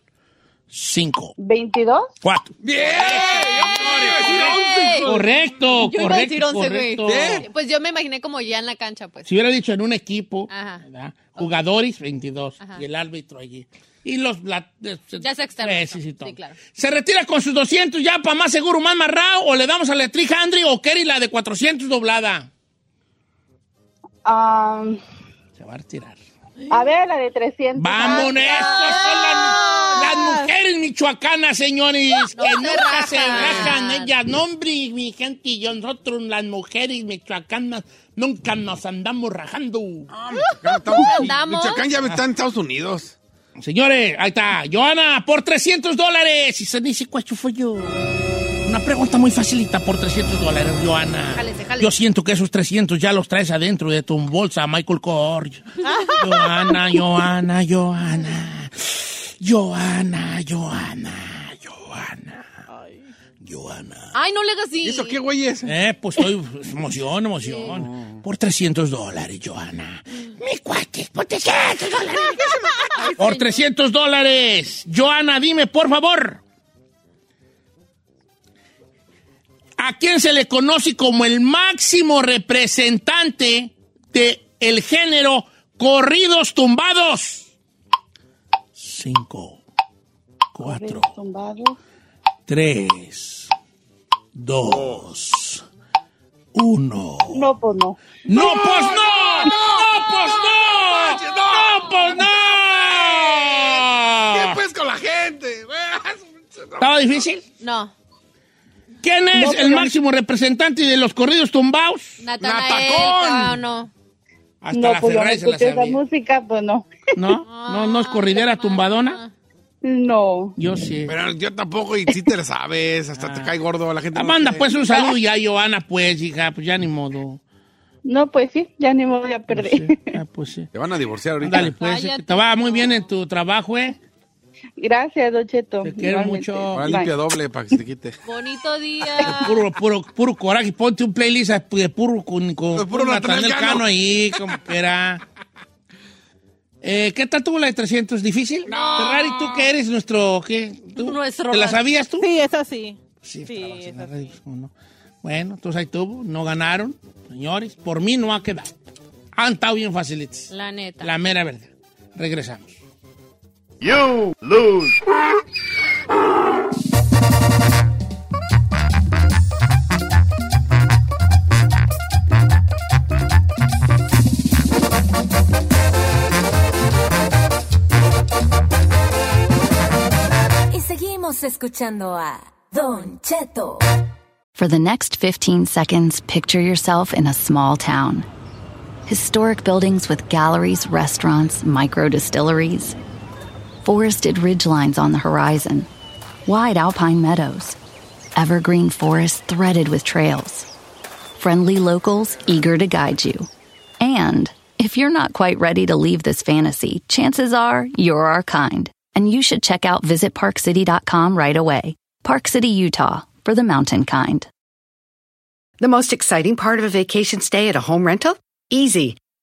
B: Cinco,
J: 22.
B: cuatro.
D: ¡Bien!
F: Ey,
B: Correcto,
F: Yo iba a decir
B: correcto,
F: 11, güey.
B: correcto.
D: ¿Eh?
F: Pues yo me imaginé como ya en la cancha, pues.
B: Si hubiera dicho en un equipo,
F: Ajá.
B: ¿verdad? jugadores 22
F: Ah. Ajá.
B: y el árbitro allí. Y los... la- eh,
F: Ya se externó.
B: jueces y todo.
F: Sí, claro.
B: ¿Se retira con sus 200 ya para más seguro, más marrao? ¿O le damos a la 300 o Kerry la de 400 doblada?
J: Ah,
B: Se va a retirar.
J: a ver, la de 300.
B: ¡Vámonos! Estas son las, las mujeres michoacanas, señores,
C: No
B: que
C: se
B: nunca se
C: rajan.
B: rajan ellas. No, ¿eh? hombre, mi gente y yo, nosotros, las mujeres michoacanas, nunca nos andamos rajando.
D: Andamos. Michoacán ya está en Estados Unidos.
B: Señores, ahí está. Joana, por 300 dólares. Y se dice, ¿cuál fue yo? Una pregunta muy facilita por 300 dólares, Joana.
C: Jálese, jálese.
B: Yo siento que esos 300 ya los traes adentro de tu bolsa, Michael Kors. Joana, Joana, Joana. Joana, Joana, Joana. Joana.
F: Ay, no le hagas así.
D: ¿Eso qué güey es?
B: Eh, pues estoy emoción, emoción. Por 300 dólares, Joana. Mi cuate, por 300 dólares. Por 300 dólares. Joana, dime, por favor. ¿A quién se le conoce como el máximo representante de el género corridos tumbados? Cinco, cuatro, tres, dos, uno.
J: No, pues no.
B: ¡No, pues no! ¡No, pues no! ¡No, pues no!
D: ¿Qué pues con la gente?
B: ¿Estaba difícil?
C: No.
B: ¿Quién es
D: No,
B: el
D: pero-
B: máximo representante de los corridos tumbados?
C: Natanael,
B: ¡Natacón!
C: ah, no.
B: Hasta
J: no,
B: la
J: pues yo no
B: Ferrari se la
J: escuché esa
B: sabía.
J: música, pues no. Ah.
B: ¿No? ¿No, no es corridera tumbadona?
J: No.
B: Yo sí.
D: Pero yo tampoco, y sí te la sabes, hasta te cae gordo la gente.
B: Ah,
D: no
B: Manda,
D: quiere.
B: pues un saludo ya, Joana, pues, hija, pues ya ni modo.
J: No, pues sí, ya ni me voy a perder.
B: Ah, pues sí.
D: Te van a divorciar ahorita.
B: Dale, pues, que te va muy bien en tu trabajo, ¿eh?
J: Gracias, Don Cheto.
B: Te quiero
J: Igualmente.
B: mucho.
D: Ahora
J: Bye.
D: limpia doble para que se te quite.
F: Bonito día.
B: Puro, puro, puro coraje. Ponte un playlist de puro con, con
D: puro Natanael
B: Natanael
D: Cano.
B: Cano ahí, como que era. Eh, ¿Qué tal tuvo la de 300? ¿Difícil? Ferrari, ¿tú que eres nuestro...? ¿qué? ¿Tú?
F: Nuestro
B: ¿Te la sabías tú?
E: Sí, es así.
B: Sí,
E: Sí,
B: estabas en
E: es
B: la
E: así.
B: radio, ¿cómo no? Bueno, entonces ahí tuvo. No ganaron, señores. Por mí no ha quedado. Han estado bien facilites.
F: La neta.
B: La mera verdad. Regresamos.
G: You lose.
A: Y seguimos escuchando a Don Cheto.
K: For the next 15 seconds, picture yourself in a small town. Historic buildings with galleries, restaurants, micro distilleries, forested ridgelines on the horizon, wide alpine meadows, evergreen forests threaded with trails, friendly locals eager to guide you. And if you're not quite ready to leave this fantasy, chances are you're our kind, and you should check out visitparkcity.com right away. Park City, Utah, for the mountain kind.
L: The most exciting part of a vacation stay at a home rental? Easy.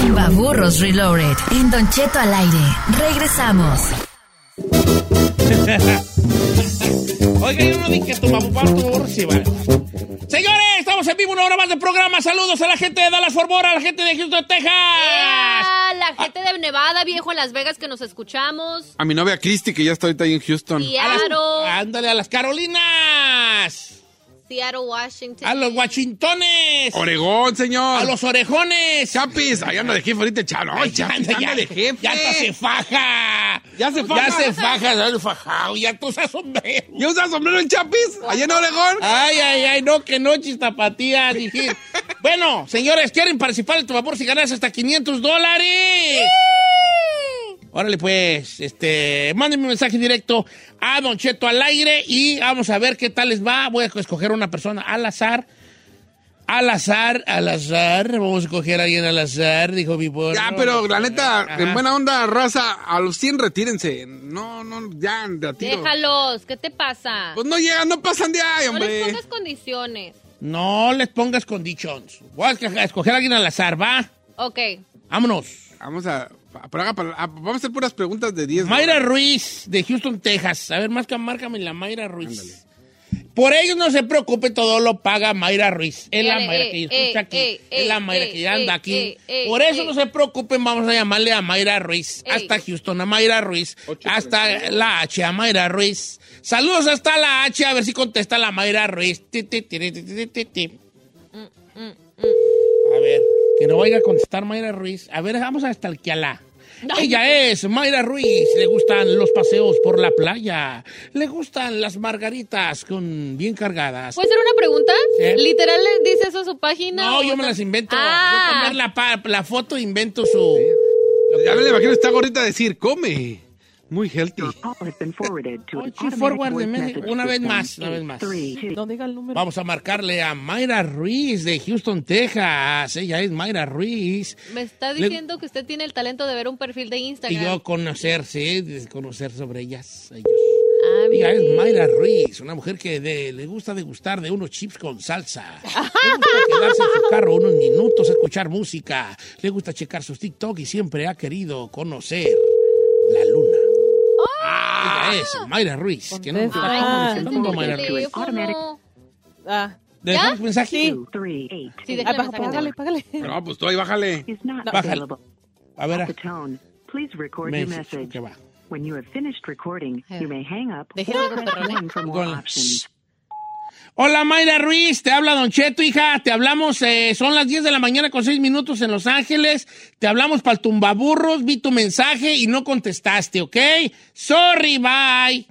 A: Tumbaburros Reloaded. En Don Cheto al aire. Regresamos.
B: Oiga, yo no dije que tu papá sí, vale. Señores, estamos en vivo una hora más de programa. Saludos a la gente de Dallas Fort Worth, a la gente de Houston, Texas.
F: Ah, la gente de Nevada, viejo, en Las Vegas que nos escuchamos.
D: A mi novia Christy, que ya está ahorita ahí en Houston.
F: Seattle,
B: Ándale a las Carolinas,
F: Seattle, Washington.
B: a los Washingtones,
D: Oregón, señor.
B: a los Orejones.
D: Chapis. Ahí anda de jefe ahorita, chalo. Ay, Chapis,
B: ya,
D: anda de jefe.
B: ya hasta se faja.
D: Ya se faja.
B: Ya se faja, ya se faja. Ya tú usas sombrero.
D: ¿Y usa sombrero el Chapis? Allá en Oregón.
B: Ay, ay, ay, no, que no, chistapatía, dije. bueno, señores, ¿quieren participar en tu favor si ganas hasta 500 dólares? Órale, pues, este, mándenme un mensaje directo a Don Cheto al aire y vamos a ver qué tal les va. Voy a escoger una persona al azar. Al azar, al azar. Vamos a escoger a alguien al azar, dijo mi porro.
D: Ya, pero la neta,
B: Ajá.
D: en buena onda, raza, a los 100 retírense. Ah, No, no, ya, de a tiro.
F: Déjalos, ¿qué te pasa?
D: Pues no llegan, no pasan de ahí,
F: No
D: hombre.
F: les pongas condiciones.
B: No les pongas conditions. Voy a escoger a alguien al azar, va.
F: Ok.
B: Vámonos.
D: Vamos a Pero haga para- ah, vamos a hacer puras preguntas de 10.
B: Mayra Ruiz, de Houston, Texas. A ver, más márcame la Mayra Ruiz. Por ellos no se preocupe, todo lo paga Mayra Ruiz. Es la
C: Eh,
B: Mayra
C: eh,
B: que escucha
C: eh,
B: aquí.
C: eh,
B: es la
C: eh,
B: Mayra
C: eh,
B: que anda
C: eh,
B: aquí.
C: eh, eh,
B: Por eso
C: eh.
B: no se preocupen, vamos a llamarle a Mayra Ruiz. Hasta Houston, a Mayra Ruiz. Hasta la H, a Mayra Ruiz. Saludos hasta la H, a ver si contesta la Mayra Ruiz. Ti, ti, ti, ti, ti, ti, ti, ti. A ver, que no vaya a contestar Mayra Ruiz. A ver, vamos a stalkearla. Ella es Mayra Ruiz. Le gustan los paseos por la playa. Le gustan las margaritas con bien cargadas.
F: ¿Puede ser una pregunta?
B: Sí.
F: ¿Literal le dice eso a su página?
B: No,
F: o
B: Oh, yo me
F: Pues no?
B: las invento.
F: Ah.
B: Yo cambiar la, pa- la foto invento su.
D: Ya me la imagino, está gordita a decir, come. Muy healthy.
B: She forward the message. Una vez más, una vez más.
E: No diga el número.
B: Vamos a marcarle a Mayra Ruiz de Houston, Texas. Ella es Mayra Ruiz.
F: Me está
B: Le-
F: diciendo que usted tiene el talento de ver un perfil de
B: Y
F: Instagram.
B: yo conocer, sí, de conocer sobre ellas. ellos.
F: Ah,
B: Ella es
F: mire.
B: Mayra Ruiz, una mujer que de- le gusta degustar de unos chips con salsa. Le gusta quedarse en su carro unos minutos a escuchar música. Le gusta checar sus TikTok y siempre ha querido conocer la luna.
F: ¡Ah!
B: Ella es Mayra Ruiz. Que no,
E: Contesta.
B: Ay,
E: Ah.
B: contestando Mayra Ruiz.
F: Teléfono.
E: Ah.
B: ¿Dejamos mensaje?
F: Sí, déjale
E: Ah,
F: mensaje.
E: págale, págale.
D: No, pues tú ahí bájale.
B: Bájale. A ver. ah. Message, que va.
M: When you have finished recording, you may hang up.
F: Déjelo
M: or press one for more options.
B: Hola Mayra Ruiz, te habla Don Cheto, hija. Te hablamos, eh, son las 10 de la mañana con 6 minutos en Los Ángeles. Te hablamos para el tumbaburros, vi tu mensaje y no contestaste, ¿ok? Sorry, bye.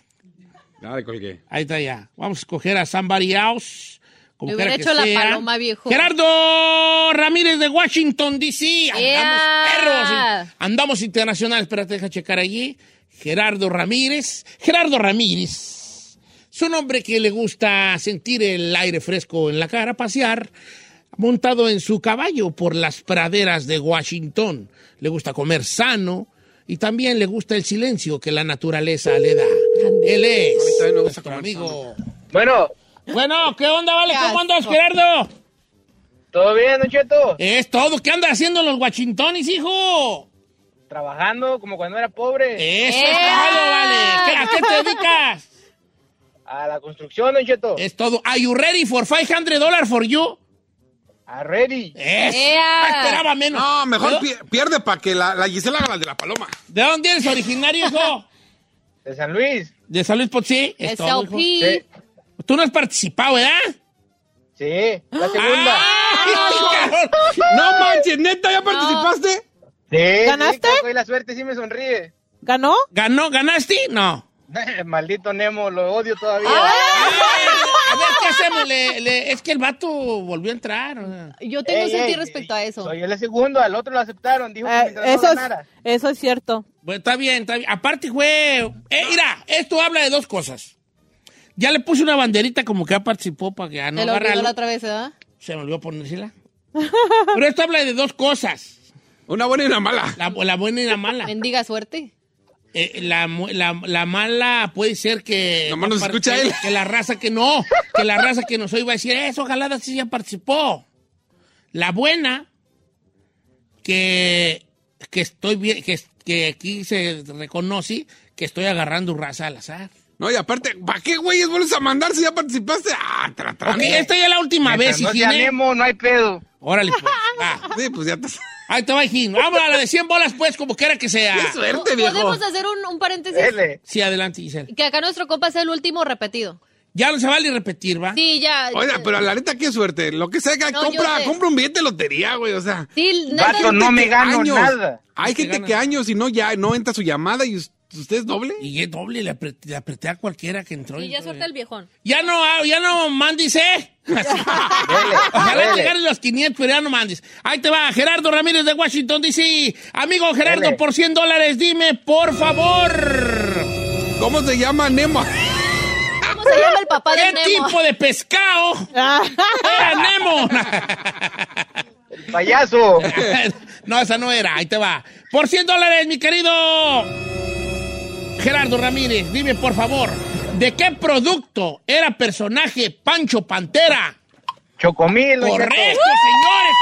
D: Nada, colgué.
B: Ahí está ya. Vamos a escoger a somebody else. Como
F: Le hubiera
B: quiera que
F: hecho la
B: sea.
F: paloma, viejo.
B: Gerardo Ramírez de Washington, D.C. Andamos
F: Yeah.
B: perros. Andamos internacional. Espérate, deja checar allí. Gerardo Ramírez. Gerardo Ramírez. Es un hombre que le gusta sentir el aire fresco en la cara, pasear montado en su caballo por las praderas de Washington. Le gusta comer sano y también le gusta el silencio que la naturaleza le da. Él es nuestro amigo.
I: Bueno.
B: Bueno, ¿qué onda, vale? ¿Cómo andas,
I: asco.
B: Gerardo?
I: ¿Todo bien, Don Cheto?
B: Es todo. ¿Qué andas haciendo los Washingtonis, hijo?
I: Trabajando como cuando era pobre.
B: Eso es todo, vale. ¿Qué- ¿A qué te dedicas?
I: A la construcción, Don Cheto.
B: Es todo. ¿Are you ready for 500 dollars for you?
I: A Ah, ready.
B: Eso.
I: Ea.
B: No esperaba menos.
D: No, mejor
B: ¿De,
D: pi- pierde para que la, la Gisela haga la de la paloma.
B: de dónde eres originario, hijo?
I: De San Luis.
B: De San Luis Potosí. Es todo, hijo. Tú no has participado, ¿verdad?
I: Sí, la segunda.
D: No manches, neta, ¿ya participaste?
I: Sí,
E: ¿Ganaste?
I: Hoy la suerte sí me sonríe.
E: ¿Ganó?
B: ¿Ganó? ¿Ganaste? No.
I: Maldito Nemo, lo odio todavía.
F: Ah.
B: A ver, ¿qué hacemos? Le- le- es que el vato volvió a entrar. o sea.
F: Yo tengo
I: Ey,
F: un sentir
I: ey,
F: respecto a eso.
I: Soy el segundo, al otro lo aceptaron, dijo que
E: Ah,
I: mientras no
E: eso, es,
I: ganara.
E: eso es cierto.
B: Bueno, está bien, está bien. Aparte, güey, eh, mira, esto habla de dos cosas. Ya le puse una banderita como que ya participó para que ah, no
F: Te lo olvidó
B: agarra-
F: la otra vez, ¿verdad?
B: Se me olvidó ponérsela. Pero esto habla de dos cosas.
D: Una buena y una mala.
B: La, la buena y la mala.
F: Bendiga suerte.
B: Eh, la, mu- la- la mala puede ser que...
D: Nomás nos escucha
B: que-
D: él.
B: Que la raza que no, que la raza que nos oiga va a decir, eso, ojalá sí ya participó. La buena, que, que estoy bien, que, que aquí se reconoce que estoy agarrando raza al azar.
D: No, y aparte, ¿para qué, güey? Es vuelves a mandar si ya participaste? Ah, tra, tra.
B: Ok, esta ya es la última vez,
D: Mientras no sea
B: Higiene.
I: Nemo, no hay pedo.
B: Órale, pues. va.
D: Sí, pues ya estás.
B: Ahí te va, Higiene. Vamos a la de 100 bolas, pues, como quiera que sea.
D: Qué suerte,
F: ¿Po- ¿Podemos hacer un, un paréntesis?
B: Sí, adelante, Giselle.
F: Que acá nuestro compa sea el último repetido.
B: Ya no se vale repetir, ¿va?
F: Sí, ya.
D: Oiga, pero la neta, qué suerte. Lo que sea, que
F: No, yo
D: compra,
F: sé.
D: compra un billete de lotería, güey, o sea.
F: Sí,
D: Hay
F: nada-
D: gente que años- Hay
B: No te
D: gente
B: ganas.
D: que años y no ya no entra su llamada y us- usted es doble.
B: Y es doble, le apre- le apreté, a cualquiera que entró.
F: Sí, ya
B: entró,
F: suelta el viejón.
B: Ya no, ha- ya no mandes, ¿eh? Así. Ojalá
F: dele.
B: llegaran los 500, pero ya no mandes. Ahí te va, Gerardo Ramírez de Washington, D.C. Amigo Gerardo,
D: Dele.
B: por 100 dólares, dime, por favor.
D: ¿Cómo se llama Nemo?
F: ¿Cómo se llama el papá
B: ¿Qué
F: de Nemo?
B: tipo de pescado era Nemo?
I: Payaso.
B: no, esa no era. Ahí te va. Por 100 dólares, mi querido Gerardo Ramírez, dime por favor, ¿de qué producto era personaje Pancho Pantera?
I: Chocomil.
B: Correcto, señores,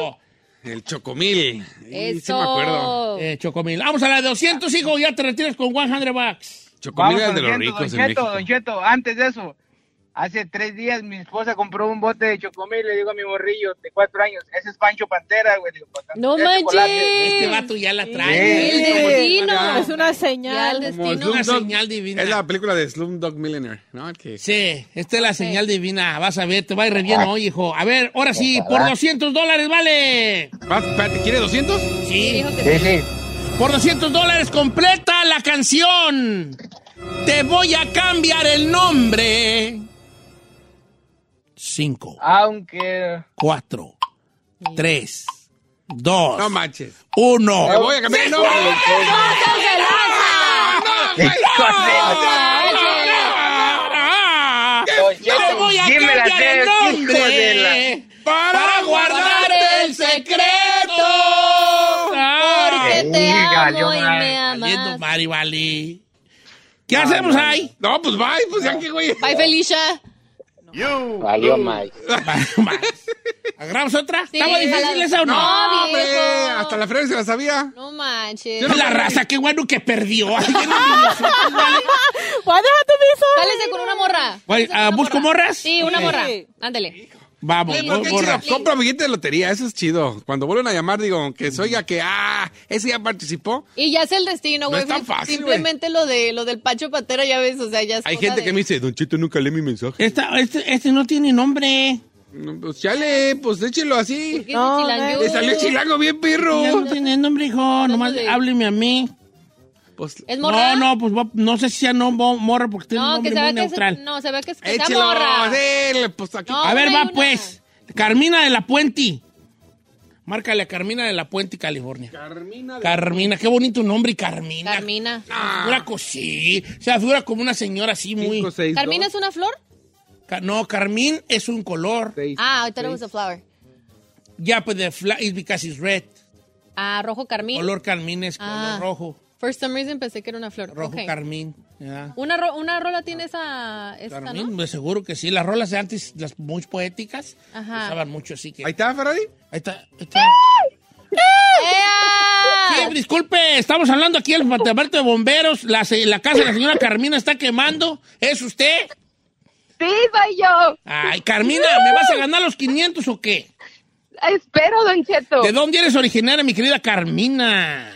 B: correcto.
D: El chocomil. Y ¡Uh! Sí me acuerdo.
B: Eh, Chocomil. Vamos a la de 200, hijo. Ya te retiras con 100 bucks.
D: Chocomil es de los
N: Don Cheto,
D: ricos en
N: Don Cheto,
D: México.
N: Don Cheto, antes de eso, hace tres días mi esposa compró un bote de chocomil, le digo a mi morrillo de cuatro años, ese es Pancho Pantera, güey. le digo, "Pues,
E: No
N: es chocolate".
E: manches. Este vato
B: ya la
E: trae. El destino. Es una señal.
D: Como Slumdog- Es la película de Slumdog Millionaire, ¿no? El que-
B: Sí, esta es la señal divina. Vas a ver, te va a ir re bien hoy, hijo. A ver, ahora sí, por
D: Ojalá.
B: 200 dólares, vale.
D: ¿Quiere 200?
B: Sí. Por 200 dólares completa la canción. Te voy a cambiar el nombre. 5,
N: Aunque...
B: 4, 3, 2.
D: No manches.
B: 1.
D: Me voy a cambiar el nombre.
B: Te voy a
N: Dime la
B: cambiar el
N: tres, hijo de
B: nombre para guardar el secreto. Ah.
D: Porque te amo y me amas.
B: Valiendo Mari, vale. ¿Qué hacemos ahí?
D: No, pues bye, pues ya que güey.
C: Bye, Felicia.
B: Valió
I: Mike.
B: Mm. ¿Agarramos otra? ¿Estaba difícil esa o no?
C: No,
D: hombre,
C: viejo.
D: hasta la Fred se la sabía.
C: No manches.
B: La raza, qué bueno que perdió. Ay, qué
C: Cálese con una morra.
B: Güey, ah, ¿Busco morras?
C: Sí, una
B: Sí.
C: morra. Ándele.
B: Vamos,
D: Oye,
B: dos
D: pero qué
B: morras.
D: chido, Compra billete de lotería, eso es chido. Cuando vuelven a llamar, digo, que se oiga que, ah, ese ya participó.
C: Y ya es el destino,
D: No
C: güey.
D: es tan fácil,
C: Simplemente lo de lo del Pancho Patera, ya ves, o sea, ya es
D: Hay
C: cosa
D: gente
C: de-
D: que me dice, Don Chito, nunca lee mi mensaje.
B: Esta, este, este no tiene nombre.
D: No, Pues chale, pues échelo así.
C: es de No, chilango? no.
D: Le salió el chilango bien perro.
B: Ya No tiene nombre, hijo. Nomás hábleme a mí.
D: Pues,
C: ¿Es morra?
B: No, no, pues va- no sé si sea no, mo- morra porque tiene un
C: No, que
B: nombre
C: se vea
B: muy
C: que
B: neutral.
C: es, no, se ve que es que sea
D: Échelo,
C: morra.
D: dele, pues aquí.
C: No,
B: a ver,
C: hombre,
B: va
C: hay una.
B: pues. Carmina de la Puente. Márcale a Carmina de la Puente, California. Carmina. Carmina, qué bonito nombre, Carmina.
C: Carmina.
D: Ah.
B: Figura co- sí. O sea, figura como una señora así muy.
C: ¿Carmina es una flor?
B: Ca- No, carmín es un color.
C: Ah, I thought it was a flower.
B: Ya, pues de fla- it's because it's red.
C: Ah, rojo carmín.
B: Color carmín es color
C: Ah.
B: rojo.
C: For some reason pensé que era una flor.
B: Rojo
C: Ok.
B: carmín. ya.
C: Una, ro- una rola tiene esa, esta,
B: Carmín,
C: ¿no?
B: de seguro que sí. Las rolas de antes, las muy poéticas,
C: Ajá.
B: usaban mucho así que.
D: Ahí está, Ferrari.
B: Ahí está. Ahí está. Sí, disculpe, estamos hablando aquí del Departamento de Bomberos. La, se- la casa de la señora Carmina está quemando. ¿Es usted?
J: Sí, soy yo.
B: Ay, Carmina, ¿me vas a ganar los 500 o qué?
J: Espero, Don Cheto.
B: ¿De dónde eres originaria, mi querida Carmina?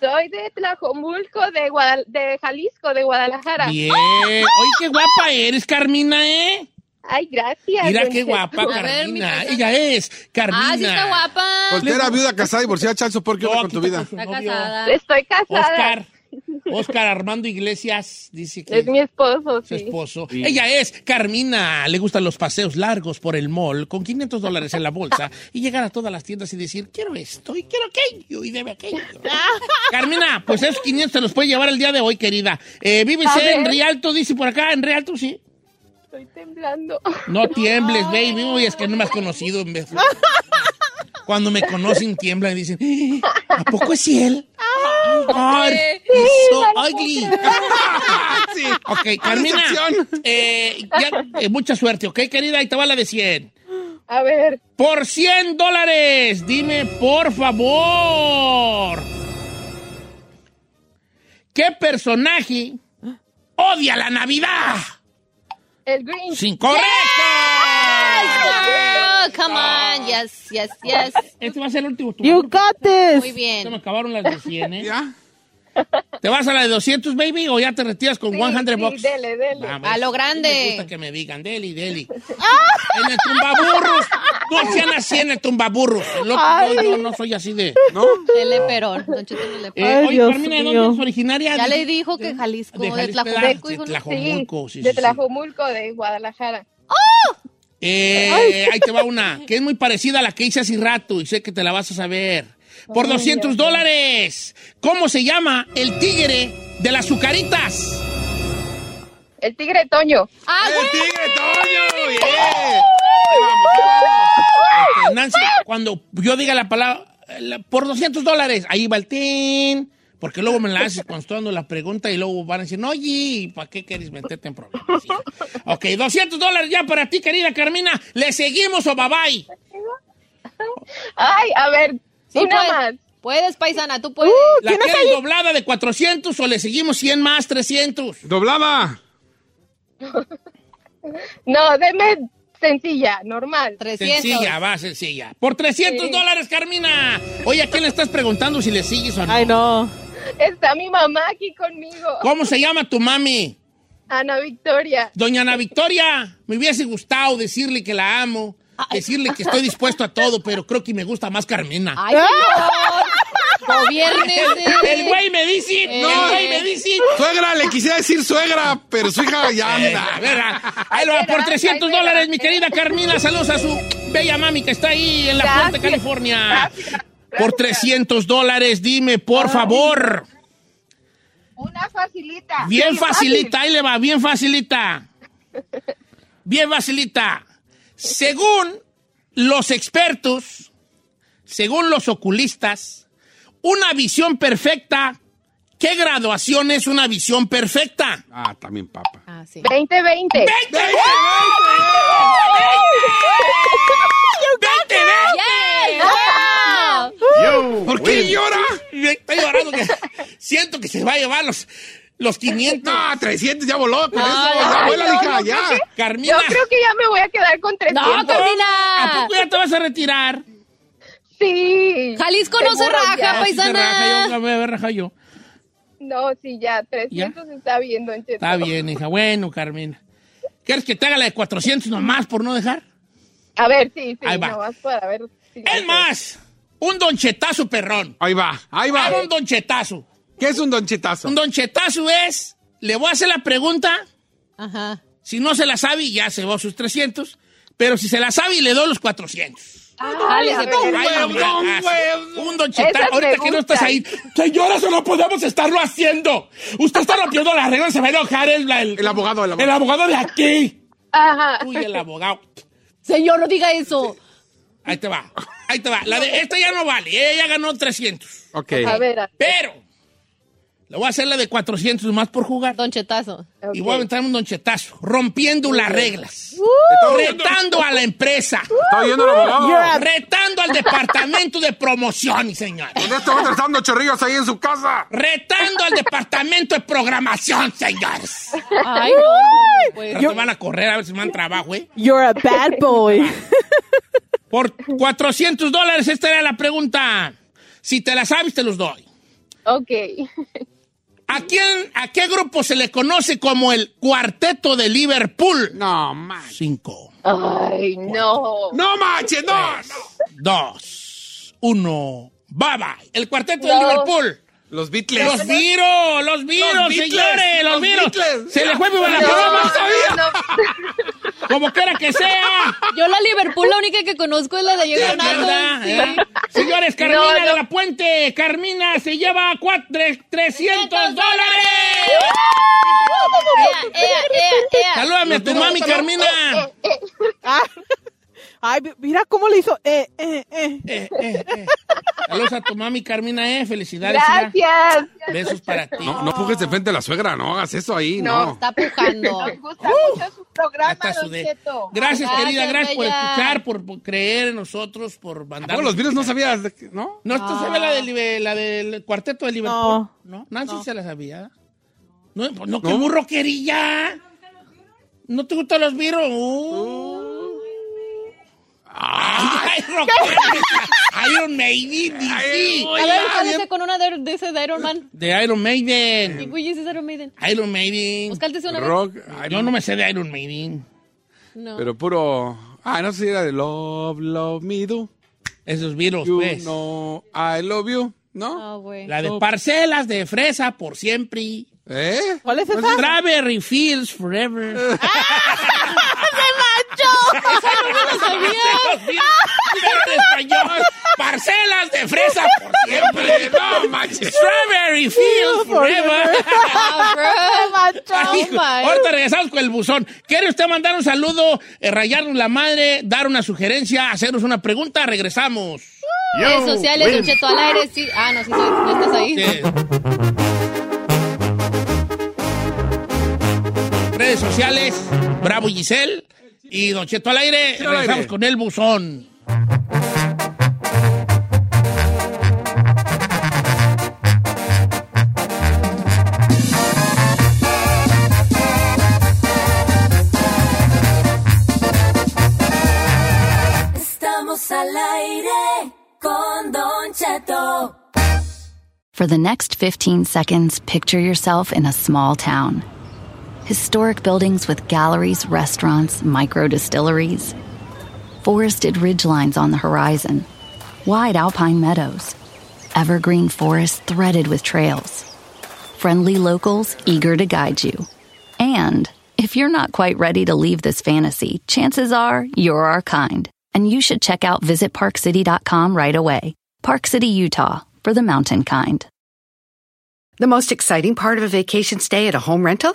J: Soy de Tlajomulco, de, Guadal- de Jalisco, de Guadalajara.
B: Bien. Oye, qué guapa eres, Carmina, ¿eh?
J: Ay, gracias.
B: Mira
J: don
B: qué
J: Cheto.
B: guapa, Carmina. Ella es Carmina.
C: Ah, sí está guapa.
D: Soltera, viuda, casada, divorciada, chal, ¿por qué onda con tu vida?
C: Está casada.
J: Estoy casada.
B: Oscar. Oscar Armando Iglesias dice que
J: Es mi esposo,
B: su
J: sí.
B: esposo. Ella es Carmina. Le gustan los paseos largos por el mall con 500 dólares en la bolsa y llegar a todas las tiendas y decir, quiero esto y quiero aquello y debe aquello. Carmina, pues esos 500 te los puede llevar el día de hoy, querida. Eh, ¿Vives
J: A
B: en
J: ver.
B: Rialto? Dice por acá, en Rialto, sí.
J: Estoy temblando.
B: No tiembles, baby. Uy, es que no me has conocido. en vez- Cuando me conocen, tiemblan y dicen, ¿a poco es él? God, he's so ugly.
D: Sí.
B: Ok, Carmina,
D: decepción.
B: eh, ya, eh, mucha suerte, ¿ok, querida? Ahí te va la de 100.
J: A ver,
B: Por 100 dólares, dime, por favor. ¿Qué personaje odia la Navidad?
J: el Grinch.
B: Sin correcto.
C: Oh, come
D: Ah.
C: on. Yes, yes, yes.
B: Este va a ser el último turno.
E: You got this.
C: Muy
B: Se me
C: bien.
B: acabaron las de 100, ¿eh? ¿Ya? ¿Te vas a la de 200, baby, o ya te retiras con 100 bucks?
J: dele, dele.
B: Vamos.
C: A lo
B: Me
C: grande.
B: gusta que me digan, Deli, Deli. en el tumbaburros. No sean así en el tumbaburros. El otro-
C: Ay.
B: no, no, no soy así de.
D: ¿No?
C: El Eperón. Don Cheto el
B: Eh,
C: Eperón.
B: oye, Carmina, ¿de dónde es originaria?
C: Ya
B: De-
C: le dijo que Jalisco,
B: ¿eh? de
C: de,
B: Jalisco,
C: Tlajomulco.
B: de
C: hijo, ¿no?
B: Tlajomulco, sí, sí,
J: de
B: sí.
J: Tlajomulco, de Guadalajara.
C: ¡Oh!
B: Eh, ahí te va una, que es muy parecida a la que hice hace rato y sé que te la vas a saber. Por 200 dólares. ¿Cómo se llama el tigre de las azucaritas?
J: El tigre Toño.
C: ¡Ah,
D: ¡El tigre Toño! ¡Bien!
B: Este, Nancy, cuando yo diga la palabra, eh, la- por 200 dólares, ahí va el tin. Porque luego me la haces cuando estoy dando la pregunta y luego van a decir, oye, ¿para qué quieres meterte en problemas? hija?" ok, 200 dólares ya para ti, querida Carmina. ¿Le seguimos o bye bye?
J: Ay, a ver, una
F: puedes,
J: más. Uh,
F: Puedes, paisana, tú puedes.
B: Pues, ¿La quieres doblada de 400 o le seguimos 100 más, 300?
D: ¡Doblada!
J: No, deme sencilla, normal.
B: Sencilla, va, sencilla. Por 300 dólares, Carmina. Oye, ¿a quién le estás preguntando si le sigues o no? Ay,
E: no.
J: Está mi mamá aquí conmigo.
B: ¿Cómo se llama tu mami?
J: Ana Victoria.
B: Doña Ana Victoria, me hubiese gustado decirle que la amo, decirle que estoy dispuesto a todo, pero creo que me gusta más Carmina.
F: Ay, señor. Gobiérnese.
B: El- el güey me dice, no, el güey me dice.
D: Suegra, le quisiera decir suegra, pero su hija ya
B: Eh,
D: anda.
B: a ver, a- ahí lo va, por 300 dólares, mi querida Carmina. Saludos a su bella mami que está ahí en la Puente, California. Por 300 dólares, dime, por favor.
J: Una facilita.
B: Bien
J: Sí,
B: facilita, ahí le va, bien facilita. Bien facilita. Según los expertos, según los oculistas, una visión perfecta, ¿qué graduación es una visión perfecta?
D: Ah, también papa.
F: Ah, sí.
J: 20, 20. 20,
B: 20. ¡Vente,
F: Yeah.
B: ¿Por qué llora? Está llorando. que siento que se va a llevar los, los 500.
D: No, 300 ya voló. Con
B: No,
D: eso,
B: no,
D: ya
B: no,
D: vuela,
B: no,
D: hija,
B: no,
D: ya.
B: creo Carmina.
J: Yo creo que ya me voy a quedar con 300.
F: No, Carmina.
B: ¿A poco ya te vas a retirar?
J: Sí.
F: Jalisco no se
J: Seguro
F: raja,
J: ya.
B: No, si Ah, se raja,
F: paisana.
B: yo, me raja yo.
J: No, sí, ya, 300 está bien, Don Cheto.
B: Está bien, hija. Bueno, Carmina. ¿Quieres que te haga la de 400 nomás por no dejar?
J: A ver, sí, sí,
B: Ahí va.
J: nomás para ver. si-
B: Es más, un donchetazo perrón.
D: Ahí va, ahí va.
B: Haga un donchetazo.
D: ¿Qué es un donchetazo?
B: Un donchetazo es, le voy a hacer la pregunta,
F: Ajá.
B: si no se la sabe, ya se va a sus 300, pero si se la sabe, le doy los 400.
C: Ah,
J: Ay,
F: Jálese,
J: a ver.
F: paisana.
B: Ay,
D: huevo,
B: no,
D: un
B: no,
D: huevo.
B: Un don Chetar,
J: Esas
B: ahorita
J: me
B: que no estás
J: gustan.
B: ahí. Señora, eso no podemos estarlo haciendo. Usted está rompiendo las reglas, se va a enojar el, el,
D: El abogado, el
B: el
D: abogado.
B: abogado de aquí.
J: Ajá.
B: Uy, el abogado.
F: Señor, no diga eso.
B: Ahí te va. Ahí te va. La de, esta ya no vale. Ella ya ganó 300.
D: Ok.
J: A ver, a-
B: Pero le voy a hacer la de 400 más por jugar.
F: Don Chetazo.
B: Y
J: ok.
B: voy a aventar un donchetazo, rompiendo las reglas,
J: Uh.
D: Está oyendo-
B: retando a la empresa,
D: Está oyendo el abogado.
B: retando al departamento de promoción, señor.
D: Con esto va tratando chorrillos ahí en su casa.
B: Retando al departamento de programación, señores.
F: Ay, no, no, no,
B: Ahora
F: pues.
B: te van a correr a ver si me dan trabajo, ¿eh?
E: You're a bad boy.
B: Por 400 dólares, esta era la pregunta. Si te la sabes, te los doy.
J: Ok.
B: ¿A quién, a qué grupo se le conoce como el Cuarteto de Liverpool?
D: No, manches.
B: Cinco,
J: Oh. Ay, no.
D: No, manches, no. no.
B: dos, uno, bye bye. El Cuarteto de
J: No.
B: Liverpool.
D: Los
B: Los
D: Beatles.
B: viro, los viro,
D: Beatles,
B: señores, los
D: los
B: viro.
D: Beatles.
B: Se le fue muy buena
J: No,
B: broma,
J: no,
B: como quiera que sea.
F: Yo la Liverpool, la única que conozco es la de ayer
B: ¿Verdad?
F: ganando. Sí.
B: ¿Eh? Señores, Carmina
J: No, no.
B: de la Puente, Carmina se lleva cuatro- tre- 300 dólares.
F: Ea, ea, ea, ea.
B: Salúdame a tu mami, Carmina.
E: Ah. Ay, mira cómo le hizo. Eh, eh, eh.
B: Eh, eh, eh. Saludos a tu mami, Carmina, eh. Felicidades. hija.
J: Gracias.
B: Besos para ti.
D: No, no pujes de frente a la suegra, no hagas eso ahí,
J: No,
D: no.
F: Está pujando.
J: Nos gusta mucho su programa,
B: Hasta su
J: Don
B: de-
J: Cheto.
B: Gracias, querida,
F: Gracias,
B: gracias por
F: bella.
B: escuchar, por, por creer en nosotros, por mandar.
D: No, los Beatles no sabías, de qué- ¿no?
B: No, ¿tú sabes la, de Libe- la del cuarteto de Liverpool? No.
E: No.
B: Nancy se la sabía. No, pues no, qué burro querilla. ¿No te gustan los virus?
D: Ah.
B: ¡Ay, rockera! Iron Maiden, sí.
F: A ver, sálese con una de, de ese de Iron Man.
B: De Iron
F: ¿Qué
B: Maiden.
F: güey es ese Iron Maiden?
B: Iron Maiden.
F: Búscate una vez.
D: Rock, ay,
B: Yo no me sé de Iron Maiden.
F: No.
D: pero puro. Ah, no sé si era de Love, Love Me Do.
B: Esos virus,
D: You
B: pues.
D: know I love you, ¿no?
F: Ah, güey.
B: La de parcelas de fresa por siempre.
D: ¿Eh?
E: ¿Cuál es esa?
B: Strawberry Fields Forever. ¡Se manchó! ¡Esa no me lo sabía! Parcelas de fresa por siempre. No manches. Strawberry Fields Forever.
F: Oh, my.
B: Ahorita regresamos con el buzón. ¿Quiere usted mandar un saludo, eh, rayarnos la madre, dar una sugerencia, hacernos una pregunta? Regresamos.
F: Redes sociales, Don Cheto al aire, sí. Ah, no, sí, sí, no estás ahí.
B: Eh, Redes sociales, Bravo Giselle y Don Cheto al aire.
D: al aire.
B: Regresamos con el buzón.
O: al aire con Don Cheto.
K: For the next 15 seconds, picture yourself in a small town. Historic buildings with galleries, restaurants, micro distilleries, forested ridgelines on the horizon, wide alpine meadows, evergreen forests threaded with trails, friendly locals eager to guide you. And if you're not quite ready to leave this fantasy, chances are you're our kind, and you should check out visitparkcity.com right away. Park City, Utah, for the mountain kind.
L: The most exciting part of a vacation stay at a home rental?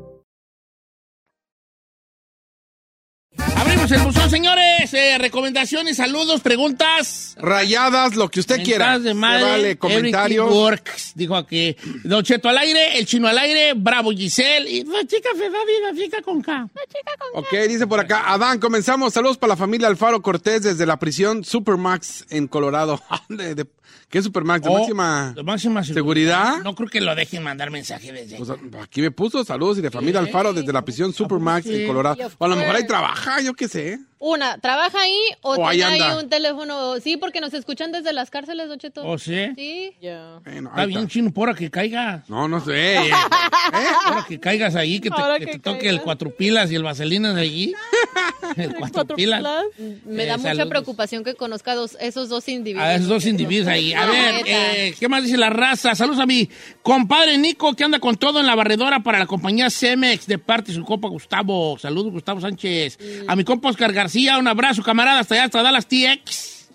B: Abrimos el buzón, señores. Eh, recomendaciones, saludos, preguntas.
D: Rayadas, lo que usted quiera.
B: de madre,
D: Se vale,
B: everything
D: comentarios.
B: works, dijo aquí. Don Cheto al aire, el chino al aire, bravo Giselle. Y la chica Ferrari, la chica con K.
D: Ok, dice por acá, Adán, comenzamos. Saludos para la familia Alfaro Cortés desde la prisión Supermax en Colorado. ¿De, de- qué Supermax? ¿De
B: Oh,
D: máxima,
B: de máxima
D: seguridad?
B: No creo que lo dejen mandar mensaje desde
D: Pues, aquí me puso saludos y de familia Alfaro desde la prisión Supermax
C: Sí.
D: en Colorado. O a lo mejor ahí
C: Sí.
D: trabaja, yo qué sé.
C: Una, trabaja ahí o,
D: O ahí
C: tiene ahí
D: anda.
C: un teléfono. Sí, porque nos escuchan desde las cárceles, Don Cheto.
B: ¿Oh, sí?
C: Sí.
B: Está bien chino, por que caiga.
D: No, no sé. ¿Eh?
B: Ahora que caigas ahí, que te,
C: Ahora
B: que
C: que
B: te toque el cuatro pilas y el vaselina de allí. el cuatro pilas.
C: Mm, Me
B: Eh,
C: da mucha
B: saludos. Ah,
C: preocupación que conozca dos, esos dos individuos.
B: A esos dos individuos ahí. A ver, eh, ¿qué más dice la raza? Saludos a mi compadre Nico, que anda con todo en la barredora para la compañía Cemex, de parte de su compa Gustavo. Saludos, Gustavo Sánchez. A mi compa Oscar García, un abrazo, camarada, hasta allá, hasta Dallas TX.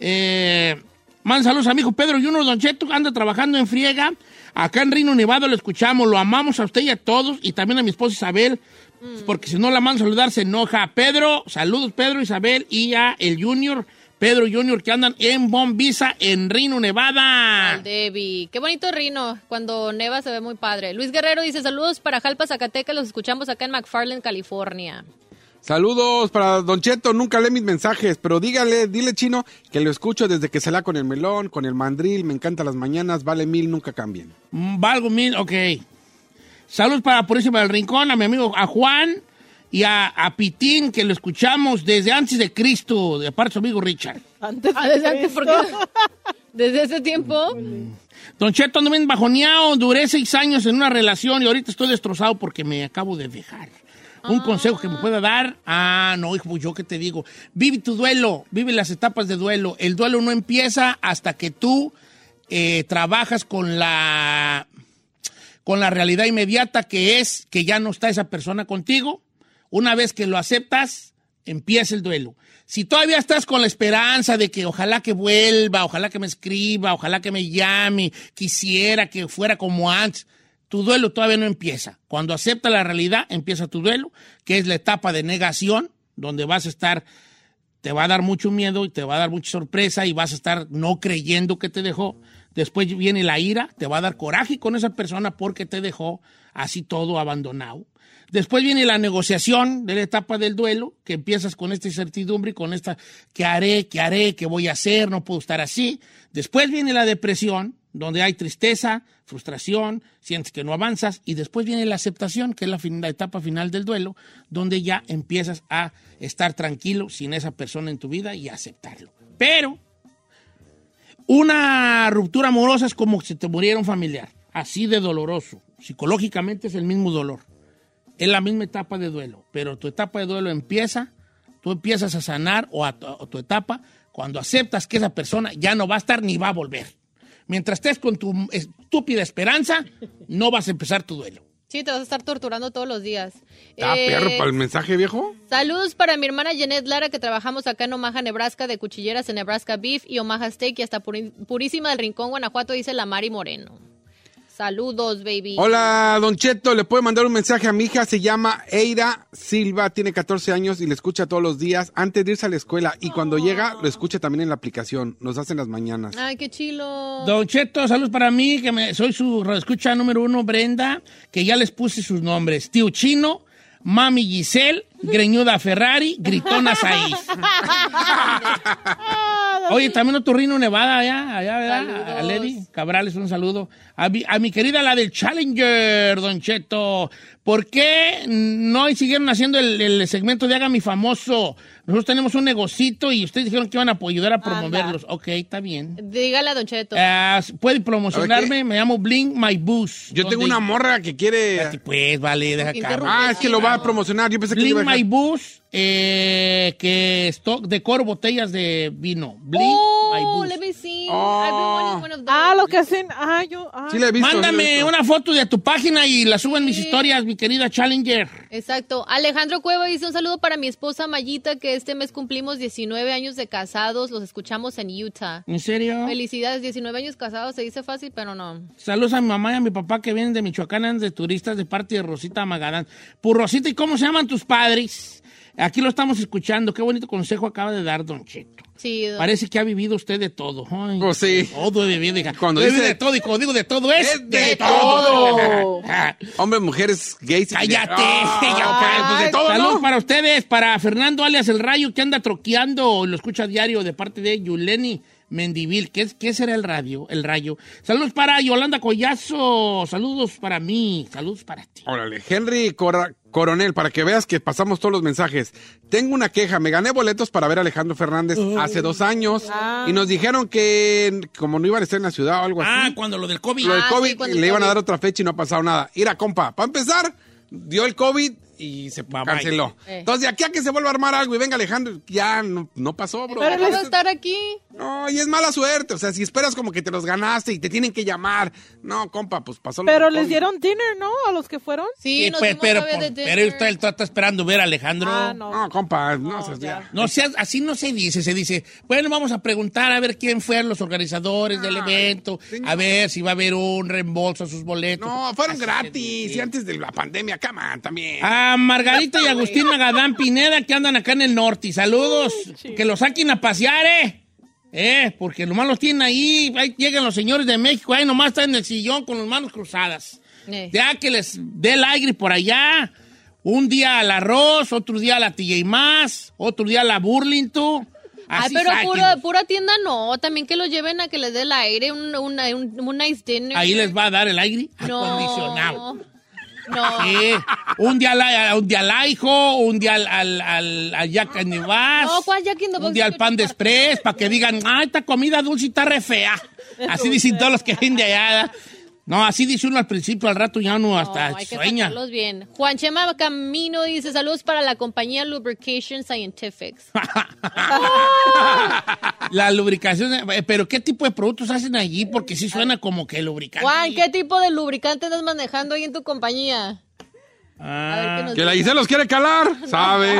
B: Eh, man, saludos a mi hijo Pedro Yuno Don Cheto, que anda trabajando en friega. Acá en Reino Nevado lo escuchamos, lo amamos a usted y a todos, y también a mi esposa Isabel, pues, porque si no la mando a saludar se enoja. Pedro, saludos Pedro, Isabel y a el Junior, Pedro Junior, que andan en Bombisa, en Reino Nevada.
C: Al Debbie. Qué bonito rino. Cuando neva se ve muy padre. Luis Guerrero dice saludos para Jalpa, Zacatecas. Los escuchamos acá en McFarland, California.
D: Saludos para Don Cheto, nunca lee mis mensajes, pero dígale, dile chino que lo escucho desde que se la con el melón, con el mandril, me encanta las mañanas, vale mil, nunca cambien.
B: Mm, Valgo mil, ok. Saludos para Purísima del Rincón, a mi amigo a Juan y a, a Pitín, que lo escuchamos desde antes de Cristo, de parte de su amigo Richard.
E: Antes
C: Ah, desde antes, ¿por qué? Desde ese tiempo.
B: Don Cheto, ando bien bajoneado. Duré seis años en una relación y ahorita estoy destrozado porque me acabo de dejar. Un consejo que me pueda dar. Ah, no, hijo, yo qué te digo. Vive tu duelo, vive las etapas de duelo. El duelo no empieza hasta que tú eh, trabajas con la, con la realidad inmediata que es que ya no está esa persona contigo. Una vez que lo aceptas, empieza el duelo. Si todavía estás con la esperanza de que ojalá que vuelva, ojalá que me escriba, ojalá que me llame, quisiera que fuera como antes, tu duelo todavía no empieza. Cuando aceptas la realidad, empieza tu duelo, que es la etapa de negación, donde vas a estar, te va a dar mucho miedo y te va a dar mucha sorpresa y vas a estar no creyendo que te dejó. Después viene la ira, te va a dar coraje con esa persona porque te dejó así todo abandonado. Después viene la negociación de la etapa del duelo, que empiezas con esta incertidumbre y con esta, ¿qué haré? ¿Qué haré? ¿Qué voy a hacer? No puedo estar así. Después viene la depresión, donde hay tristeza, frustración, sientes que no avanzas. Y después viene la aceptación, que es la, fin- la etapa final del duelo, donde ya empiezas a estar tranquilo sin esa persona en tu vida y aceptarlo. Pero una ruptura amorosa es como si te muriera un familiar, así de doloroso. Psicológicamente es el mismo dolor. Es la misma etapa de duelo, pero tu etapa de duelo empieza, tú empiezas a sanar o, a tu, o tu etapa cuando aceptas que esa persona ya no va a estar ni va a volver. Mientras estés con tu estúpida esperanza, no vas a empezar tu duelo.
C: Sí, te vas a estar torturando todos los días.
D: Ah,
C: Eh,
D: perro, para el mensaje viejo.
C: Saludos para mi hermana Janet Lara, que trabajamos acá en Omaha, Nebraska, de cuchilleras en Nebraska Beef y Omaha Steak, y hasta Puri- Purísima del Rincón, Guanajuato, dice la Mari Moreno. Saludos, baby.
D: Hola, Don Cheto. Le puede mandar un mensaje a mi hija. Se llama Eira Silva. Tiene 14 años y le escucha todos los días antes de irse a la escuela. Y cuando llega, lo escucha también en la aplicación. Nos hacen las mañanas.
C: Ay, qué chilo.
B: Don Cheto, saludos para mí, que me, soy su escucha número uno, Brenda, que ya les puse sus nombres. Tío Chino, Mami Giselle, Greñuda Ferrari, Gritona Saiz. Oye, también a Turrino Nevada, allá, allá, ¿verdad? A Lady Cabrales, un saludo. A mi, a mi querida, la del Challenger, Don Cheto. ¿Por qué no siguieron haciendo el, el segmento de Haga mi famoso? Nosotros tenemos un negocito y ustedes dijeron que iban a po- ayudar a promoverlos. Ok, está bien.
C: Dígale a Don Cheto.
B: Ah, puede promocionarme, me llamo Blink My Boost.
D: Yo tengo una morra que quiere.
B: Pues vale, deja acabar.
D: Ah, es que lo va a promocionar. Yo pensé que le iba
B: Blink
D: a
B: My
D: dejar.
B: Boost, eh, que esto, decoro botellas de vino. Blink My
E: Oh,
B: Boost.
E: let me see.
B: I've been
E: Ah, lo que hacen. Ah, yo. Ah.
B: Mándame una foto de tu página y la subo en mis historias, mi querida Challenger.
C: Exacto. Alejandro Cueva dice un saludo para mi esposa Mayita, que este mes cumplimos 19 años de casados. Los escuchamos en Utah.
B: ¿En serio?
C: Felicidades, 19 años casados, se dice fácil, pero no.
B: Saludos a mi mamá y a mi papá que vienen de Michoacán, andan de turistas de parte de Rosita Magadán. Pues Rosita, ¿y cómo se llaman tus padres? Aquí lo estamos escuchando. Qué bonito consejo acaba de dar Don Cheto.
C: Sí, don-
B: Parece que ha vivido usted de todo. Ay, Todo he vivido, hija.
D: Cuando
B: Yo he
D: dice-
B: vivido de todo y Pues cuando digo de todo es, de, todo.
D: todo. Hombre, mujeres gays. y-
B: Cállate.
D: Ah,
B: ya,
D: pues de todo,
B: Saludos
D: ¿no?
B: para ustedes, para Fernando alias El Rayo, que anda troqueando, lo escucha diario de parte de Yuleni Mendivil. ¿Qué, es- qué será el radio? El rayo. Saludos para Yolanda Collazo. Saludos para mí. Saludos para ti.
D: Órale, Henry Cora- Coronel, para que veas que pasamos todos los mensajes. Tengo una queja, me gané boletos para ver a Alejandro Fernández hace dos años
B: Ah.
D: y nos dijeron que como no iban a estar en la ciudad o algo así.
B: Ah, cuando lo del COVID.
D: Lo del
B: Ah, sí,
D: COVID,
B: cuando el
D: le iban a
B: COVID.
D: dar otra fecha y no ha pasado nada. Mira, compa, para empezar, dio el COVID y se canceló.
C: Eh.
D: Entonces, de aquí a que se vuelva a armar algo y venga Alejandro, ya no, no pasó, bro.
C: Pero puedo estar aquí.
D: No, y es mala suerte. O sea, si esperas como que te los ganaste y te tienen que llamar. No, compa, pues pasó lo
E: Pero
D: del
E: les
D: COVID.
E: dieron dinner, ¿no? A los que fueron.
B: Sí, pues, pero, pero, usted está está esperando ver a Alejandro.
D: este Ah, no. compa, no, seas- ya.
B: No seas, así no se dice, se dice, bueno, vamos a preguntar a ver quién fueron los organizadores del evento, a ver si va a haber un reembolso a sus boletos.
D: No, fueron gratis y antes de la pandemia, cama, también.
B: A Margarita y Agustín Magadán Pineda que andan acá en el norte. Saludos. Que los saquen a pasear, ¿eh? Eh, porque nomás los tienen ahí. Ahí llegan los señores de México. Ahí nomás están en el sillón con las manos cruzadas.
C: Eh.
B: Ya que les dé el aire por allá. Un día al arroz, otro día a la TJ Más, otro día a la Burlington.
C: Ay,
B: Así
C: pero
B: sáquenlos.
C: pura, pura tienda no, también que los lleven a que les dé el aire, un, una- un, un nice dinner.
B: Ahí les va a dar el aire
C: No.
B: acondicionado.
C: No.
B: Sí. Un día al, un día al hijo, un día al, al, al, al Jack and the Bass.
C: No, ¿cuál Jack in the Box?
B: Un día al pan de express para que digan, ah, esta comida dulce está re fea. Así dicen todos los que vienen de allá. No, así dice uno al principio, al rato ya no, hasta
C: No, hay que
B: sueña.
C: sacarlos bien. Juan Chema Camino dice, saludos para la compañía Lubrication Scientifics.
B: La lubricación, eh, pero ¿qué tipo de productos hacen allí? Porque sí suena como que lubricante.
C: Juan, ¿qué tipo de lubricante andas manejando ahí en tu compañía?
B: Ah.
D: Que la Giselle los quiere calar, sabe.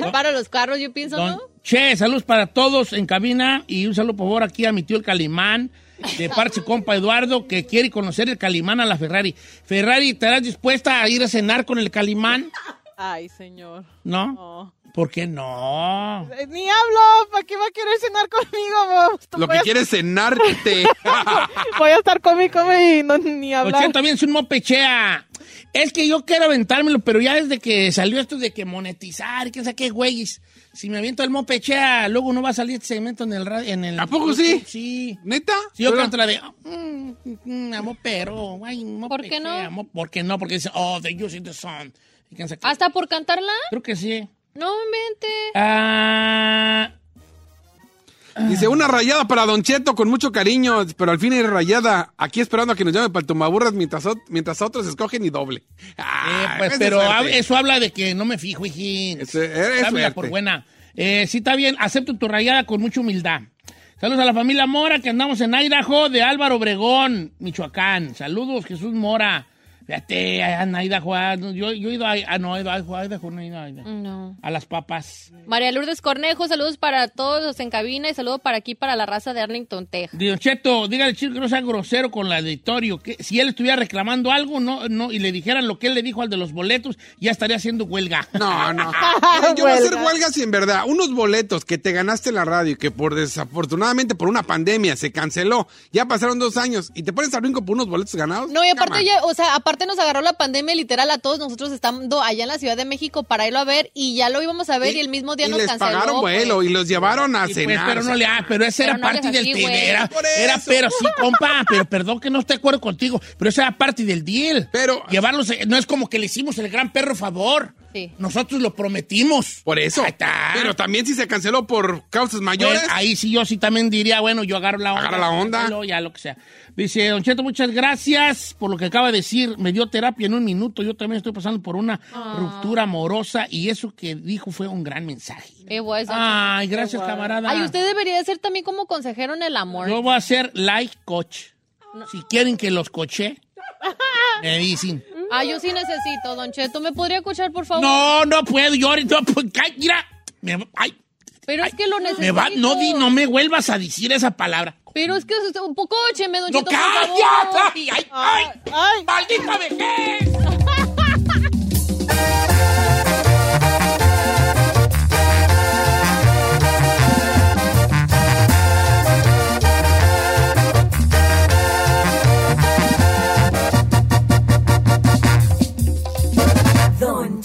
C: Es para los carros, yo pienso,
B: Don-
C: ¿no?
B: Che, saludos para todos en cabina y un saludo por favor aquí a mi tío el Calimán de Parche Compa Eduardo que quiere conocer el Calimán a la Ferrari. Ferrari, ¿estarás dispuesta a ir a cenar con el Calimán?
E: Ay, señor.
B: ¿No? ¿Por qué no?
E: Eh, Ni hablo. ¿Para qué va a querer cenar conmigo? Voy a-
D: Lo
E: voy
D: que
E: a-
D: quiere es cenarte.
E: Voy a estar con mi come y no, ni
B: Lo
E: hablar.
B: siento bien, soy un mopechea. Es que yo quiero aventármelo, pero ya desde que salió esto de que monetizar, que saqué güeyes, si me aviento el mopechea, luego no va a salir este segmento en el radio. En el,
D: ¿A poco sí?
B: Sí.
D: ¿Neta?
B: Sí, yo
D: Pero-
B: canto la de... Mm, mm, amo pero, ay, amo
C: ¿Por qué no?
B: pechea, amo- ¿Por qué no? Porque dice, oh, the use is the sun. Y quién sabe qué.
C: ¿Hasta por cantarla?
B: Creo que sí.
C: No, mente.
B: Ah,
D: Dice, una rayada para Don Cheto con mucho cariño, pero al fin es rayada. Aquí esperando a que nos llame para Tumaburras mientras, ot- mientras otros escogen y doble.
B: eh, pues,
D: esa
B: pero
D: es suerte.
B: hab- eso habla de que no me fijo, hijín.
D: eres
B: Dámela
D: suerte.
B: por buena. Eh, sí, está bien. Acepto tu rayada con mucha humildad. Saludos a la familia Mora, que andamos en Idaho, de Álvaro Obregón, Michoacán. Saludos, Jesús Mora. Fíjate, Ana Ida Juárez. Yo, yo he ido a. Ah, no, Ida Juárez, Ida Juárez, no he ido a Ida.
F: No.
B: A las papas.
F: María Lourdes Cornejo, saludos para todos los en cabina y saludos para aquí, para la raza de Arlington, Texas.
B: Don Cheto, dígale al chico que no sea grosero con la auditorio. Que si él estuviera reclamando algo no, no, y le dijeran lo que él le dijo al de los boletos, ya estaría haciendo huelga.
D: No, no. Mira, Yo voy a hacer huelga si en verdad unos boletos que te ganaste en la radio y que por desafortunadamente por una pandemia se canceló, ya pasaron dos años y te pones al brinco por unos boletos ganados.
F: No, y aparte,
D: Come on.
F: ya, o sea, aparte nos agarró la pandemia literal a todos nosotros estando allá en la Ciudad de México para irlo a ver y ya lo íbamos a ver y, el mismo día
D: y
F: nos
D: les
F: canceló.
D: pagaron vuelo
F: pues.
D: y los llevaron a
B: Y pues,
D: cenar.
B: pero no le ah, pero ese
F: Pero
B: era
F: no
B: parte
F: hables
B: del
F: así,
B: deal.
F: güey.
B: Era,
F: Por
B: era-
F: eso.
B: pero sí, compa, pero perdón que no esté de acuerdo contigo, pero esa era parte del deal. Pero llevarlos, eh, no es como que le hicimos el gran perro favor.
F: Sí.
B: Nosotros lo prometimos.
D: Por eso.
B: Ahí está.
D: Pero también si se canceló por causas mayores.
B: Pues, ahí sí yo sí también diría, bueno, yo agarro la onda.
D: Agarra la onda.
B: cancelo, Ya lo que sea. Dice, Don Cheto, muchas gracias por lo que acaba de decir. Me dio terapia en un minuto. Yo también estoy pasando por una
F: Ah.
B: ruptura amorosa y eso que dijo fue un gran mensaje.
F: Eh, guay, Don
B: Ay,
F: Cheto.
B: gracias, camarada.
F: Ay, usted debería de ser también como consejero en el amor.
B: Yo voy a hacer like coach. Si quieren que los coche, me dicen.
F: Ah, yo sí necesito, Don Cheto. ¿Me podría escuchar, por favor?
B: No, no puedo, yo ahorita, pues, ca- mira, me- ay,
F: Pero es que lo necesito.
B: me va, no, di- no me vuelvas a decir esa palabra.
F: Pero es que es un poco écheme, Don
B: ¡No,
F: Cheto. por favor. Ah.
B: cállate! ¡Ay, ay, ay! ¡Maldita vejez!
O: Don